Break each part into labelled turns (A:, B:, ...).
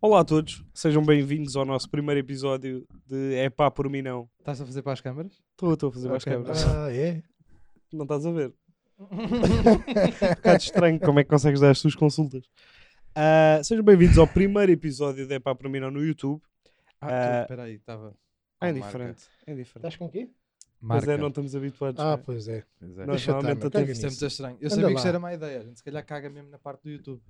A: Olá a todos, sejam bem-vindos ao nosso primeiro episódio de É Pá Por Mim Não.
B: Estás a fazer para as câmaras?
A: Estou estou a fazer mais
B: Ok.
A: câmeras.
C: Ah, é?
A: Não estás a ver? um bocado estranho como é que consegues dar as tuas consultas. Ah, sejam bem-vindos ao primeiro episódio de É Pá Por Mim Não no YouTube.
B: Ah,
A: Ah.
B: espera aí, estava.
A: É
B: Oh,
A: indiferente, é indiferente.
C: Estás com o quê?
A: Mas é,
B: Marca.
A: não estamos habituados.
C: Ah,
A: não é?
C: pois é.
B: Pois é.
A: Nós
C: Deixa estar,
A: normalmente
C: mano.
A: até
C: Caga
B: Isso é muito
C: nisso.
B: estranho. Eu
C: Anda
B: sabia que
C: lá.
B: isto era má ideia. A gente se calhar caga mesmo na parte do YouTube.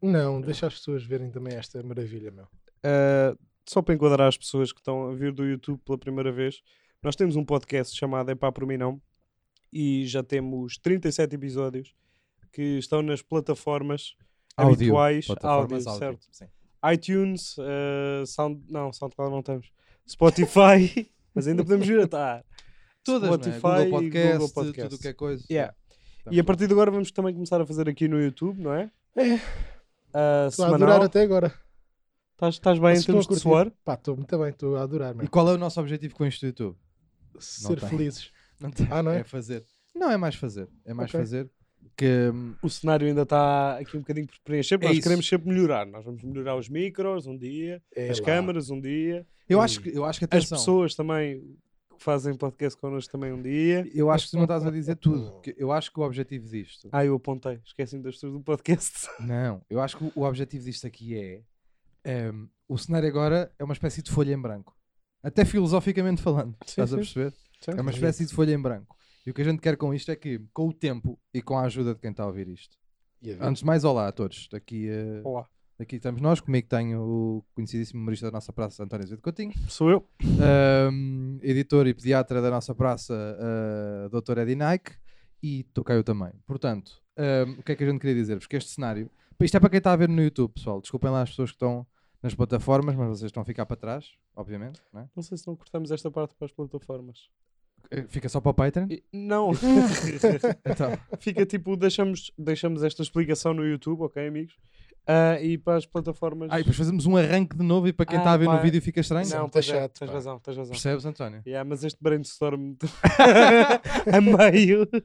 C: Não, deixa as pessoas verem também esta maravilha, meu.
A: Uh, só para enquadrar as pessoas que estão a vir do YouTube pela primeira vez, nós temos um podcast chamado É Pá Por Mim Não e já temos 37 episódios que estão nas plataformas habituais, áudio,
B: Plataformas áudio,
A: certo?
B: sim.
A: iTunes, uh, Sound, não, SoundCloud não estamos, Spotify, mas ainda podemos ir a estar.
B: Todas, não é?
A: Spotify e
B: Google, Podcast,
A: Google Podcast.
B: tudo o que é coisa.
A: Yeah.
B: Estamos
A: E a partir de agora vamos também começar a fazer aqui no YouTube, não é?
C: É.
A: Uh,
C: Estou a adorar
A: semanal.
C: até agora.
A: Estás, estás bem em
C: Vocês estão
A: termos
C: a
A: de
C: curtir?
A: suor?
C: Pá, estou muito bem, estou a
B: lá.
C: adorar,
B: E
C: meu.
B: qual é o nosso objetivo com isto do YouTube?
C: Ser
B: tem.
C: felizes.
B: Não tem.
C: Ah, não é?
B: É fazer. Não, é mais fazer. É mais
C: Ok.
B: fazer que. hum,
A: o cenário ainda está aqui um bocadinho por preencher, porque
B: É
A: nós
B: isso.
A: queremos sempre melhorar. Nós vamos melhorar os micros um dia,
C: É
A: as
C: lá.
A: câmaras um dia,
B: Eu
C: Hum.
B: acho que, eu acho que
A: as
B: atenção.
A: pessoas também que fazem podcast connosco também um dia.
B: Eu acho que tu não estás a dizer tudo. que Eu acho que o objetivo disto.
A: Ah, eu apontei, esqueci-me das pessoas do podcast.
B: Não, eu acho que o- o objetivo disto aqui é. hum, o cenário agora é uma espécie de folha em branco. Até filosoficamente falando. estás
A: sim.
B: a
A: um
B: perceber?
A: Sim.
B: É uma espécie de folha em branco. E o que a gente quer com isto é que, com o tempo e com a ajuda de quem está a ouvir isto.
C: E a ver.
B: Antes de mais, olá a todos. Aqui, eh,
A: Olá,
B: aqui estamos nós. Comigo tenho o conhecidíssimo humorista da nossa praça, António Azevedo Coutinho.
A: sou eu.
B: Ahm, editor e pediatra da nossa praça, ah, Dr. Eddie Nike, e estou cá eu também. Portanto, ahm, o que é que a gente queria dizer-vos? Que este cenário, isto é para quem está a ver no YouTube, pessoal. Desculpem lá as pessoas que estão nas plataformas, mas vocês estão a ficar para trás, obviamente. não é?
A: Não sei se não cortamos esta parte para as plataformas.
B: Eh, Fica só para o Patreon.
A: E- Não,
B: Então,
A: fica tipo, deixamos, deixamos esta explicação no YouTube, ok, amigos? Ah, e para as plataformas.
B: ah, e depois fazemos um arranque de novo e para quem
A: Ah,
B: está a ver
A: pá.
B: no vídeo fica estranho.
A: não,
C: muito
A: pois é,
C: chato,
A: tens
C: pá.
A: razão, tens razão.
B: Percebes, António?
A: Yeah, mas este brainstorm a meio.
B: Tá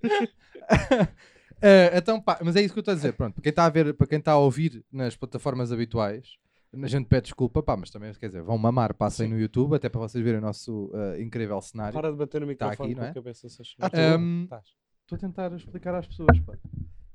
B: Eh, então, pá, mas é isso que eu estou a dizer. Pronto, para quem está a ver, para quem está a ouvir nas plataformas habituais, a gente pede desculpa, pá, mas também, quer dizer, vão mamar, passem no YouTube, até para vocês verem o nosso eh, incrível cenário.
A: Para de bater no
B: Tá
A: microfone
B: aqui,
A: com
B: não é? um,
A: a cabeça. se achas.
C: Ah, tá.
B: Ahm,
A: Estás.
B: Estou a tentar explicar às pessoas, pá.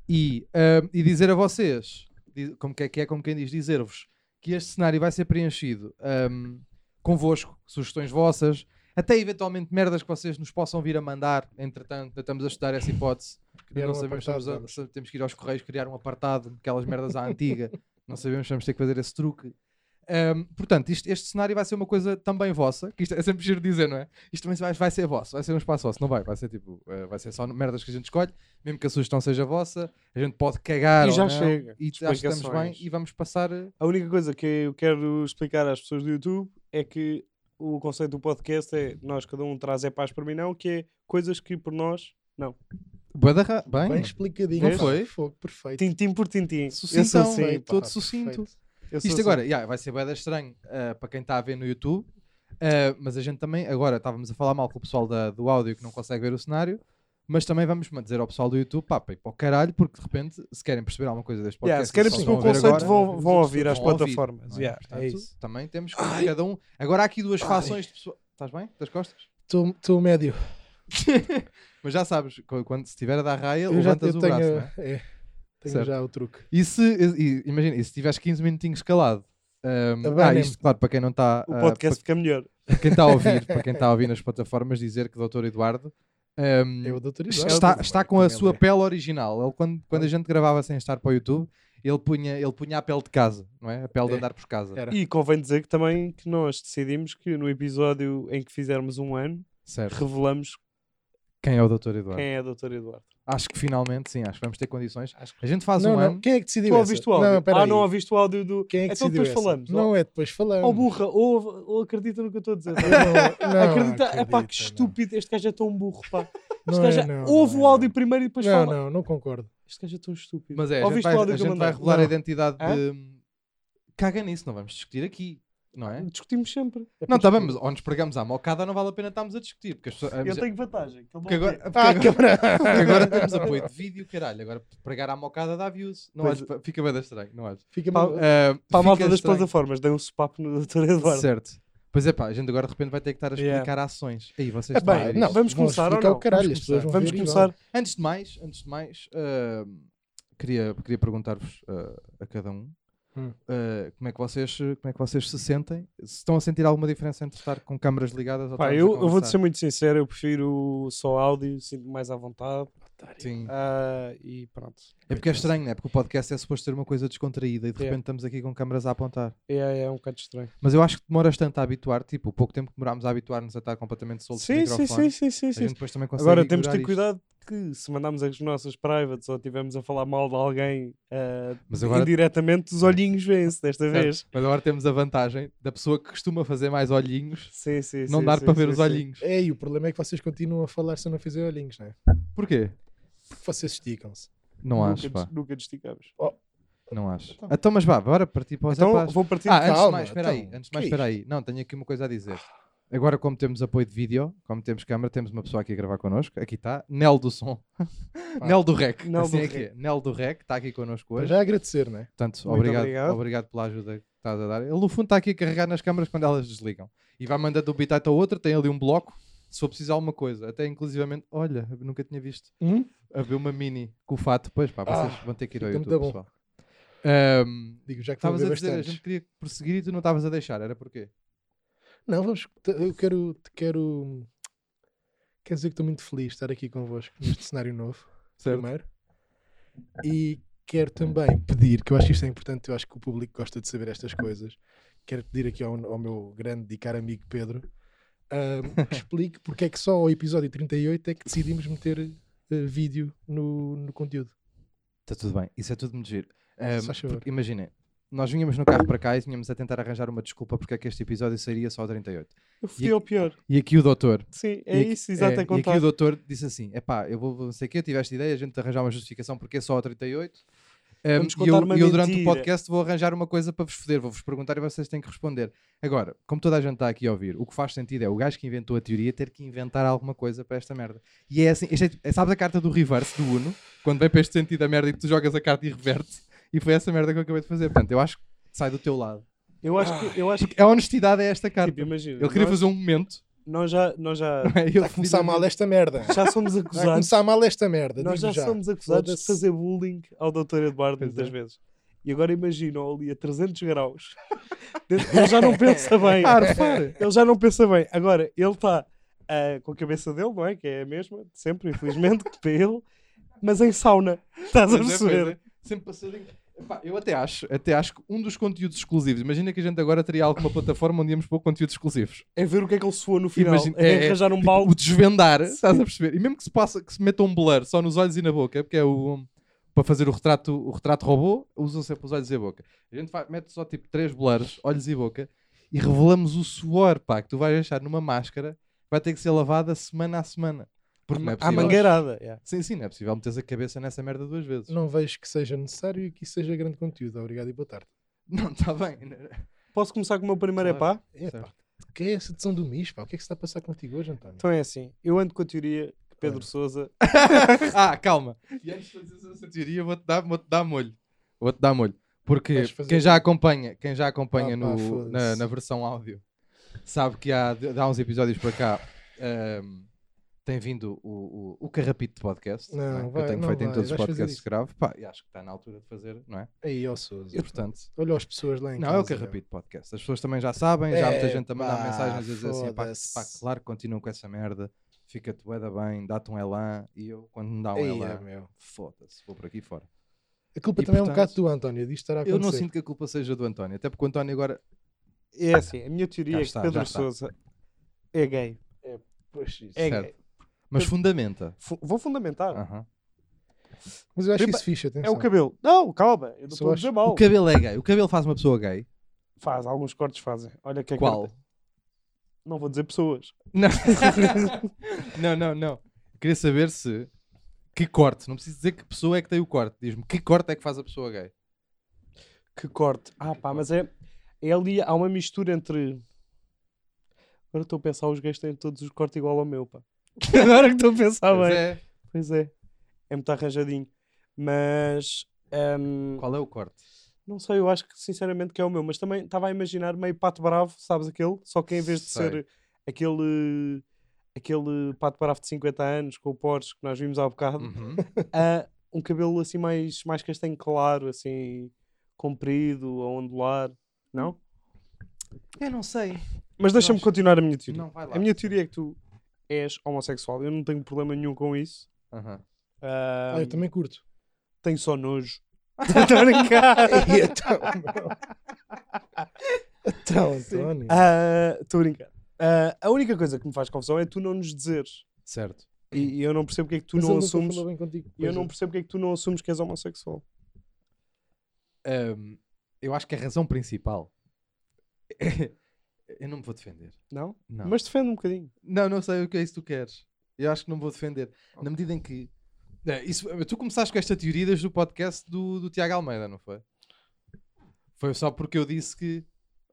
B: E, eh, e dizer a vocês, di- como que é que é, como quem diz, dizer-vos que este cenário vai ser preenchido ehm, convosco, sugestões vossas, até eventualmente merdas que vocês nos possam vir a mandar, entretanto, ainda estamos a estudar essa hipótese.
C: Criar
B: não
C: um
B: sabemos se
C: apartado,
B: vamos a-
C: vamos.
B: se temos que ir aos correios criar um apartado, aquelas merdas à antiga. Não sabemos se vamos ter que fazer esse truque. Ahm, portanto, isto- este cenário vai ser uma coisa também vossa, que isto é sempre giro dizer, não é? Isto também vai, vai ser vosso, vai ser um espaço vosso, não vai? Vai ser tipo, eh, vai ser só merdas que a gente escolhe, mesmo que a sugestão seja vossa, a gente pode cagar
A: E
B: ou
A: já
B: não,
A: chega.
B: e acho que estamos bem
A: Explicações.
B: e vamos passar. eh,
A: A única coisa que eu quero explicar às pessoas do YouTube é que o conceito do podcast é nós, cada um traz é paz para mim, não, que é coisas que por nós, não.
B: bué da ra-
C: Bem
B: Bem,
C: explicadinho.
B: Não
C: pá.
B: foi?
C: Fogo, perfeito.
A: Tintim por tintim. Eu sou
B: Sucintão,
A: assim,
B: bem,
A: pá.
B: todo
C: Pá,
B: sucinto.
C: perfeito.
A: Eu sou
B: é?
A: assim.
B: Isto agora, yeah, vai ser bem estranho eh, para quem está a ver no YouTube, eh, mas a gente também, agora estávamos a falar mal com o pessoal da- do áudio que não consegue ver o cenário, mas também vamos dizer ao pessoal do YouTube, pá, para ir para o caralho, porque de repente, se querem perceber alguma coisa deste podcast,
A: Yeah, se querem
B: e só
A: perceber o
B: estão a ver
A: conceito,
B: agora,
A: vão, vão ouvir
B: vão
A: às
B: ouvir,
A: plataformas.
B: não é?
A: Yeah, é
B: Portanto,
A: isso.
B: Também temos que cada um. Agora há aqui duas fações de pessoas. Estás bem? Das costas?
C: Tu, tu médio.
B: Mas já sabes, co- quando se estiver a dar raia,
C: Eu já eu
B: levantas
C: tenho,
B: o braço, não é?
C: é, tenho
B: Certo.
C: já o truque.
B: E se, e- e- imagina, e se tiveres 15 minutinhos calado? ahm,
C: Também
B: ah,
C: mesmo.
B: isto, claro, para quem não está.
A: O
B: ah,
A: podcast fica melhor.
B: para quem está a ouvir, para quem está a ouvir nas plataformas, dizer que o Dr. Eduardo ahm,
C: Eu dou
B: Hum, está, está, com a sua
C: pé.
B: pele original. Ele, quando, quando a gente gravava sem estar para o YouTube, ele punha, ele punha a pele de casa, não é? A pele de
C: É.
B: andar por casa.
C: Era.
A: E convém dizer que também que nós decidimos que no episódio em que fizermos um ano,
B: Certo.
A: revelamos
B: Quem é o Dr. Eduardo?
A: quem é a Dr. Eduardo.
B: Acho que finalmente, sim, acho que vamos ter condições. A gente faz
C: Não,
B: um
C: não.
B: ano.
C: Quem é que decidiu
A: Tu
C: essa?
A: ouviste o áudio?
C: Não, peraí.
A: ah, não ouviste o áudio do.
C: Quem é que
A: então
C: decidiu
A: depois
C: essa?
A: falamos. ó.
C: Não é depois falamos.
A: Ou burra, ou, ou acredita no que eu estou a dizer. tá?
C: Eu não- não
A: acredita, é pá, que
C: acredito, não.
A: estúpido, este gajo é tão burro, pá.
C: Não
A: Este
C: é,
A: gajo é-
C: não,
A: ouve
C: não
A: o
C: é,
A: áudio
C: não.
A: primeiro e depois
C: Não,
A: fala.
C: não, não concordo.
A: Este gajo é tão estúpido.
B: Mas é, a gente
A: Ouviste
B: vai,
A: o áudio
B: a
A: que eu
B: gente vai
A: mandei?
B: revelar a
C: Não.
B: identidade
A: Hã?
B: de. Caga nisso, não vamos discutir aqui. não é?
A: Discutimos sempre.
B: Não, está bem, mas ou nos pregamos à mocada não vale a pena estarmos a discutir. Porque, as pessoas-
D: Eu tenho vantagem. Que ele não
B: porque agora,
D: tem.
B: porque
C: Ah,
B: agora-
C: cabrão!
B: porque agora temos apoio de vídeo, caralho. Agora pregar à mocada dá views. Não
A: Pois
B: acho- fica bem estranho, não acho.
C: Fica
A: Pá,
C: mal.
B: Ah,
A: Para a
B: fica
A: malta das
B: estranho.
A: plataformas, dei um sopapo no Dr. Eduardo.
B: Certo. Pois é, pá, a gente agora de repente vai ter que estar a
A: Yeah.
B: explicar ações. Aí vocês
C: É
B: estão a
C: bem,
B: ver
C: não,
B: isto.
A: Vamos
C: vão
A: começar ou
C: explicar o
A: não?
C: caralho,
B: Vamos
C: as pessoas vão
A: Vamos
C: ver e vão-
A: começar.
B: Antes de mais, antes de mais, ah, queria, queria perguntar-vos ah, a cada um
C: Hum.
B: ah, como, é que vocês, como é que vocês se sentem? Se estão a sentir alguma diferença entre estar com câmaras ligadas ou
A: Pá,
B: estarmos a
A: eu, eu vou-te
B: conversar?
A: ser muito sincero, eu prefiro só áudio, sinto mais à vontade.
B: Sim.
A: Ah, e pronto.
B: É porque é estranho, né? Porque o podcast é suposto ser uma coisa descontraída e de
A: Yeah.
B: repente estamos aqui com câmaras a apontar.
A: É, é, é um bocado estranho.
B: Mas eu acho que demoras tanto a habituar, tipo, o pouco tempo que demorámos a habituar-nos a estar completamente soltos no
A: Sim, sim, sim,
B: microfone.
A: sim, sim,
B: A
A: sim.
B: gente depois também consegue
A: Agora temos de ter
B: ignorar isto.
A: cuidado que se mandarmos as nossas privates ou estivermos a falar mal de alguém ah,
B: Mas agora,
A: indiretamente, os olhinhos vêm-se desta
B: Certo.
A: vez.
B: mas agora temos a vantagem da pessoa que costuma fazer mais olhinhos
A: Sim, sim,
B: não
A: sim,
B: dar
A: sim,
B: para ver
A: sim,
B: os
A: sim.
B: olhinhos.
C: Ei, o problema é que vocês continuam a falar se eu não fizer olhinhos, né?
B: Porquê?
C: Porque vocês esticam-se.
B: Não
A: Nunca
B: acho,
A: des-
B: pá.
A: Nunca desticámos.
B: Não acho.
C: Então.
B: Então, mas vá, bora partir para os
A: Então
B: rapazes.
A: vou partir.
B: Ah, antes de
C: calma,
B: mais, espera aí.
C: então,
B: Antes de mais,
C: que
B: espera aí. Não, tenho aqui uma coisa a dizer. Agora, como temos apoio de vídeo, como temos câmara, temos uma pessoa aqui a gravar connosco. Aqui está, Nel do Som. Nel do Rec.
A: Nel
B: assim
A: do é.
B: é que é. Nel do Rec está aqui connosco
C: Para
B: hoje.
C: já agradecer, né?
B: Portanto,
A: Muito
B: obrigado, obrigado.
A: obrigado.
B: pela ajuda que estás a dar. Ele, no fundo, está aqui a carregar nas câmaras quando elas desligam. E vai mandando um bitite ao outro, tem ali um bloco. Se for preciso de alguma coisa, até inclusivamente, olha, eu nunca tinha visto.
C: Hum?
B: Havia uma mini com o fato. Pois pá, vocês vão ter que ir ao
C: Ah, fica muito
B: YouTube,
C: bom.
B: pessoal. Ahm,
C: Digo, já que vou
B: Estavas
C: ver
B: a dizer, a
C: bastantes.
B: gente queria prosseguir e tu não estavas a deixar, era porquê?
C: Não, vamos. Eu quero. quero... Quer dizer que estou muito feliz de estar aqui convosco neste cenário novo. primeiro. E quero também pedir, que eu acho que isto é importante, eu acho que o público gosta de saber estas coisas. Quero pedir aqui ao, ao meu grande e caro amigo Pedro ahm, que explique porque é que só ao episódio 38 é que decidimos meter eh, vídeo no, no conteúdo.
B: Está tudo bem, isso é tudo muito giro.
C: Se faz favor.
B: porque Imaginem, nós vinhamos no carro para cá e vinhamos a tentar arranjar uma desculpa porque é que este episódio sairia só ao 38.
A: Eu fui ao pior.
B: E aqui o doutor,
A: Sim,
B: E
A: é
B: aqui-
A: isso, exato, é,
B: é, e aqui
A: contar.
B: o doutor disse assim: é pá, eu vou, não sei o que, eu tive esta ideia, a gente arranjar uma justificação porque é só ao 38. ahm,
A: Vamos
B: Ehm, e eu,
A: contar uma
B: e eu durante o
A: mentira.
B: podcast vou arranjar uma coisa para vos foder, vou-vos perguntar e vocês têm que responder. Agora, como toda a gente está aqui a ouvir, o que faz sentido é o gajo que inventou a teoria ter que inventar alguma coisa para esta merda. E é assim, isto é tipo- é- sabes a carta do reverse do Uno? Quando vem para este sentido da merda e tu jogas a carta e reverte, e foi essa merda que eu acabei de fazer. Portanto, eu acho que sai do teu lado.
A: Eu acho que, eu acho que
B: A honestidade é esta carta.
A: tipo, imagina,
B: Ele queria
A: nós,
B: fazer um momento.
A: nós já, nós já,
B: não é? E ele
C: Está a começar
B: decidiu-
C: mal esta merda.
A: já somos
C: Vai
A: acusados.
C: começar mal esta merda.
A: Nós
C: digo
A: já, somos acusados de
C: Foda-se.
A: fazer bullying ao Dr. Eduardo
B: Pois
A: muitas
B: é.
A: vezes. E agora imaginam ali a 300 graus. ele já não pensa bem.
B: Ah, repara.
A: Ele já não pensa bem. Agora, ele está ah, com a cabeça dele, não é? Que é a mesma, de sempre, infelizmente, que para ele, mas em sauna. Estás a
B: Pois é, pois
A: perceber?
B: é. Sempre passadinho. Epá, eu até acho, até acho que um dos conteúdos exclusivos, imagina que a gente agora teria alguma plataforma onde íamos pôr conteúdos exclusivos.
A: É. ver o que é que ele suou no final.
B: Imagina-
A: é,
B: é, é,
A: arranjar um
B: Tipo,
A: balde.
B: o desvendar, estás a perceber? E mesmo que se, passa, que se meta um blur só nos olhos e na boca, porque é o. um, para fazer o retrato, o retrato robô, usam sempre os olhos e a boca. A gente faz- mete só tipo três blurs, olhos e boca, e revelamos o suor, pá, que tu vais deixar numa máscara, vai ter que ser lavada semana a semana. Porque não é
A: à
B: possível.
A: mangueirada. yeah.
B: Sim, sim, não é possível meteres a cabeça nessa merda duas vezes.
C: Não vejo que seja necessário e que isso seja grande conteúdo. Obrigado e boa tarde.
B: Não, está bem.
A: Posso começar com o meu primeiro
B: Claro.
A: epá?
C: É,
B: Certo.
C: pá, que é essa edição do MIS, pá? O que é que se está a passar contigo hoje, António?
A: Então é assim. Eu ando com a teoria que Pedro Souza
B: Ah, calma. E antes de fazer essa teoria, vou-te dar, vou dar molho. Vou-te dar molho. Porque
C: Vais fazer
B: quem já acompanha, quem já acompanha
C: Ah, pá,
B: no,
C: foda-se.
B: na, na versão áudio sabe que há, de- há uns episódios para cá ahm, tem vindo o, o, o carrapito de podcast.
C: Não,
B: é? Que
C: vai-
B: eu tenho
C: não
B: feito em
C: vai,
B: todos os
C: vais fazer
B: podcasts
C: isso.
B: que gravo. Pá, e acho que está na altura de fazer, não é?
C: Aí, ó Sousa.
B: E portanto,
C: Olha as pessoas lá em
B: não
C: casa.
B: é o carrapito de podcast. As pessoas também já sabem, já há muita gente a mandar
C: Epá,
B: mensagens a dizer assim: pá,
C: É, foda-se.
B: pá, claro que continuam com essa merda, fica-te bué da bem, dá-te um elan. E eu, quando me dá um
C: Ei,
B: elan.
C: é, meu.
B: Foda-se, vou por aqui fora.
C: A culpa
B: E,
C: também é um
B: portanto,
C: bocado do António, disto estar a acontecer.
B: Eu não sinto que a culpa seja do António, até porque o António agora.
A: é assim. A minha teoria é
B: Ah, Já
A: que
B: está, já
A: Pedro
B: está.
A: Souza é gay.
C: Pois, isso.
A: É
B: Certo. Ah,
A: gay.
B: Mas fundamenta.
A: Fu- Vou fundamentar.
B: Aham.
C: Mas eu acho
A: Primeiro-
C: isso fixe, atenção.
A: É o cabelo. Não, calma, eu não
C: Só
A: estou a dizer
C: acho-
A: mal.
B: O cabelo é gay. O cabelo faz uma pessoa gay.
A: Faz, alguns cortes fazem. Olha que é
B: Qual?
A: que- Não vou dizer pessoas.
B: Não. não, não, não. Queria saber se. Que corte? Não preciso dizer que pessoa é que tem o corte. Diz-me que corte é que faz a pessoa gay.
A: Que corte. Ah, pá, mas é. É ali, há uma mistura entre. Agora estou a pensar, os gays têm todos os cortes igual ao meu, pá. Agora que estou a pensar
B: Pois
A: Tá bem.
B: é.
A: Pois é. É muito arranjadinho. Mas. hum,
B: Qual é o corte?
A: não sei, eu acho que sinceramente que é o meu. Mas também estava a imaginar meio pato bravo, sabes aquele? Só que em vez de
B: Sei.
A: ser aquele. Aquele pato bravo de 50 anos com o Porsche que nós vimos há bocado,
B: Uhum.
A: há um cabelo assim mais, mais castanho claro, assim comprido, a ondular, não?
B: Eu não sei.
A: Mas deixa-me
B: acho-
A: continuar a minha teoria.
B: Não, vai lá.
A: A minha teoria é que tu és homossexual. Eu não tenho problema nenhum com isso.
B: Aham.
A: Ah,
C: Ah, eu também curto.
A: Tenho só nojo. Estou a brincar.
C: E então, meu. Então, António.
A: Ah, Estou a brincar. Ah, a única coisa que me faz confusão é tu não nos dizeres.
B: Certo.
A: E, e eu não percebo porque é que tu
C: Mas ele
A: não
C: nunca
A: assumes.
C: falou bem contigo.
A: e Eu
C: Pois
A: não
C: é.
A: percebo porque é que tu não assumes que és homossexual.
B: Ahm, eu acho que é a razão principal. eu não me vou defender.
A: Não?
B: Não.
A: Mas defende um bocadinho.
B: Não, não sei o que é isso que tu queres. Eu acho que não me vou defender. Na medida em que. É, isso, tu começaste com esta teoria desde o podcast do, do Tiago Almeida, não foi? Foi só porque eu disse que.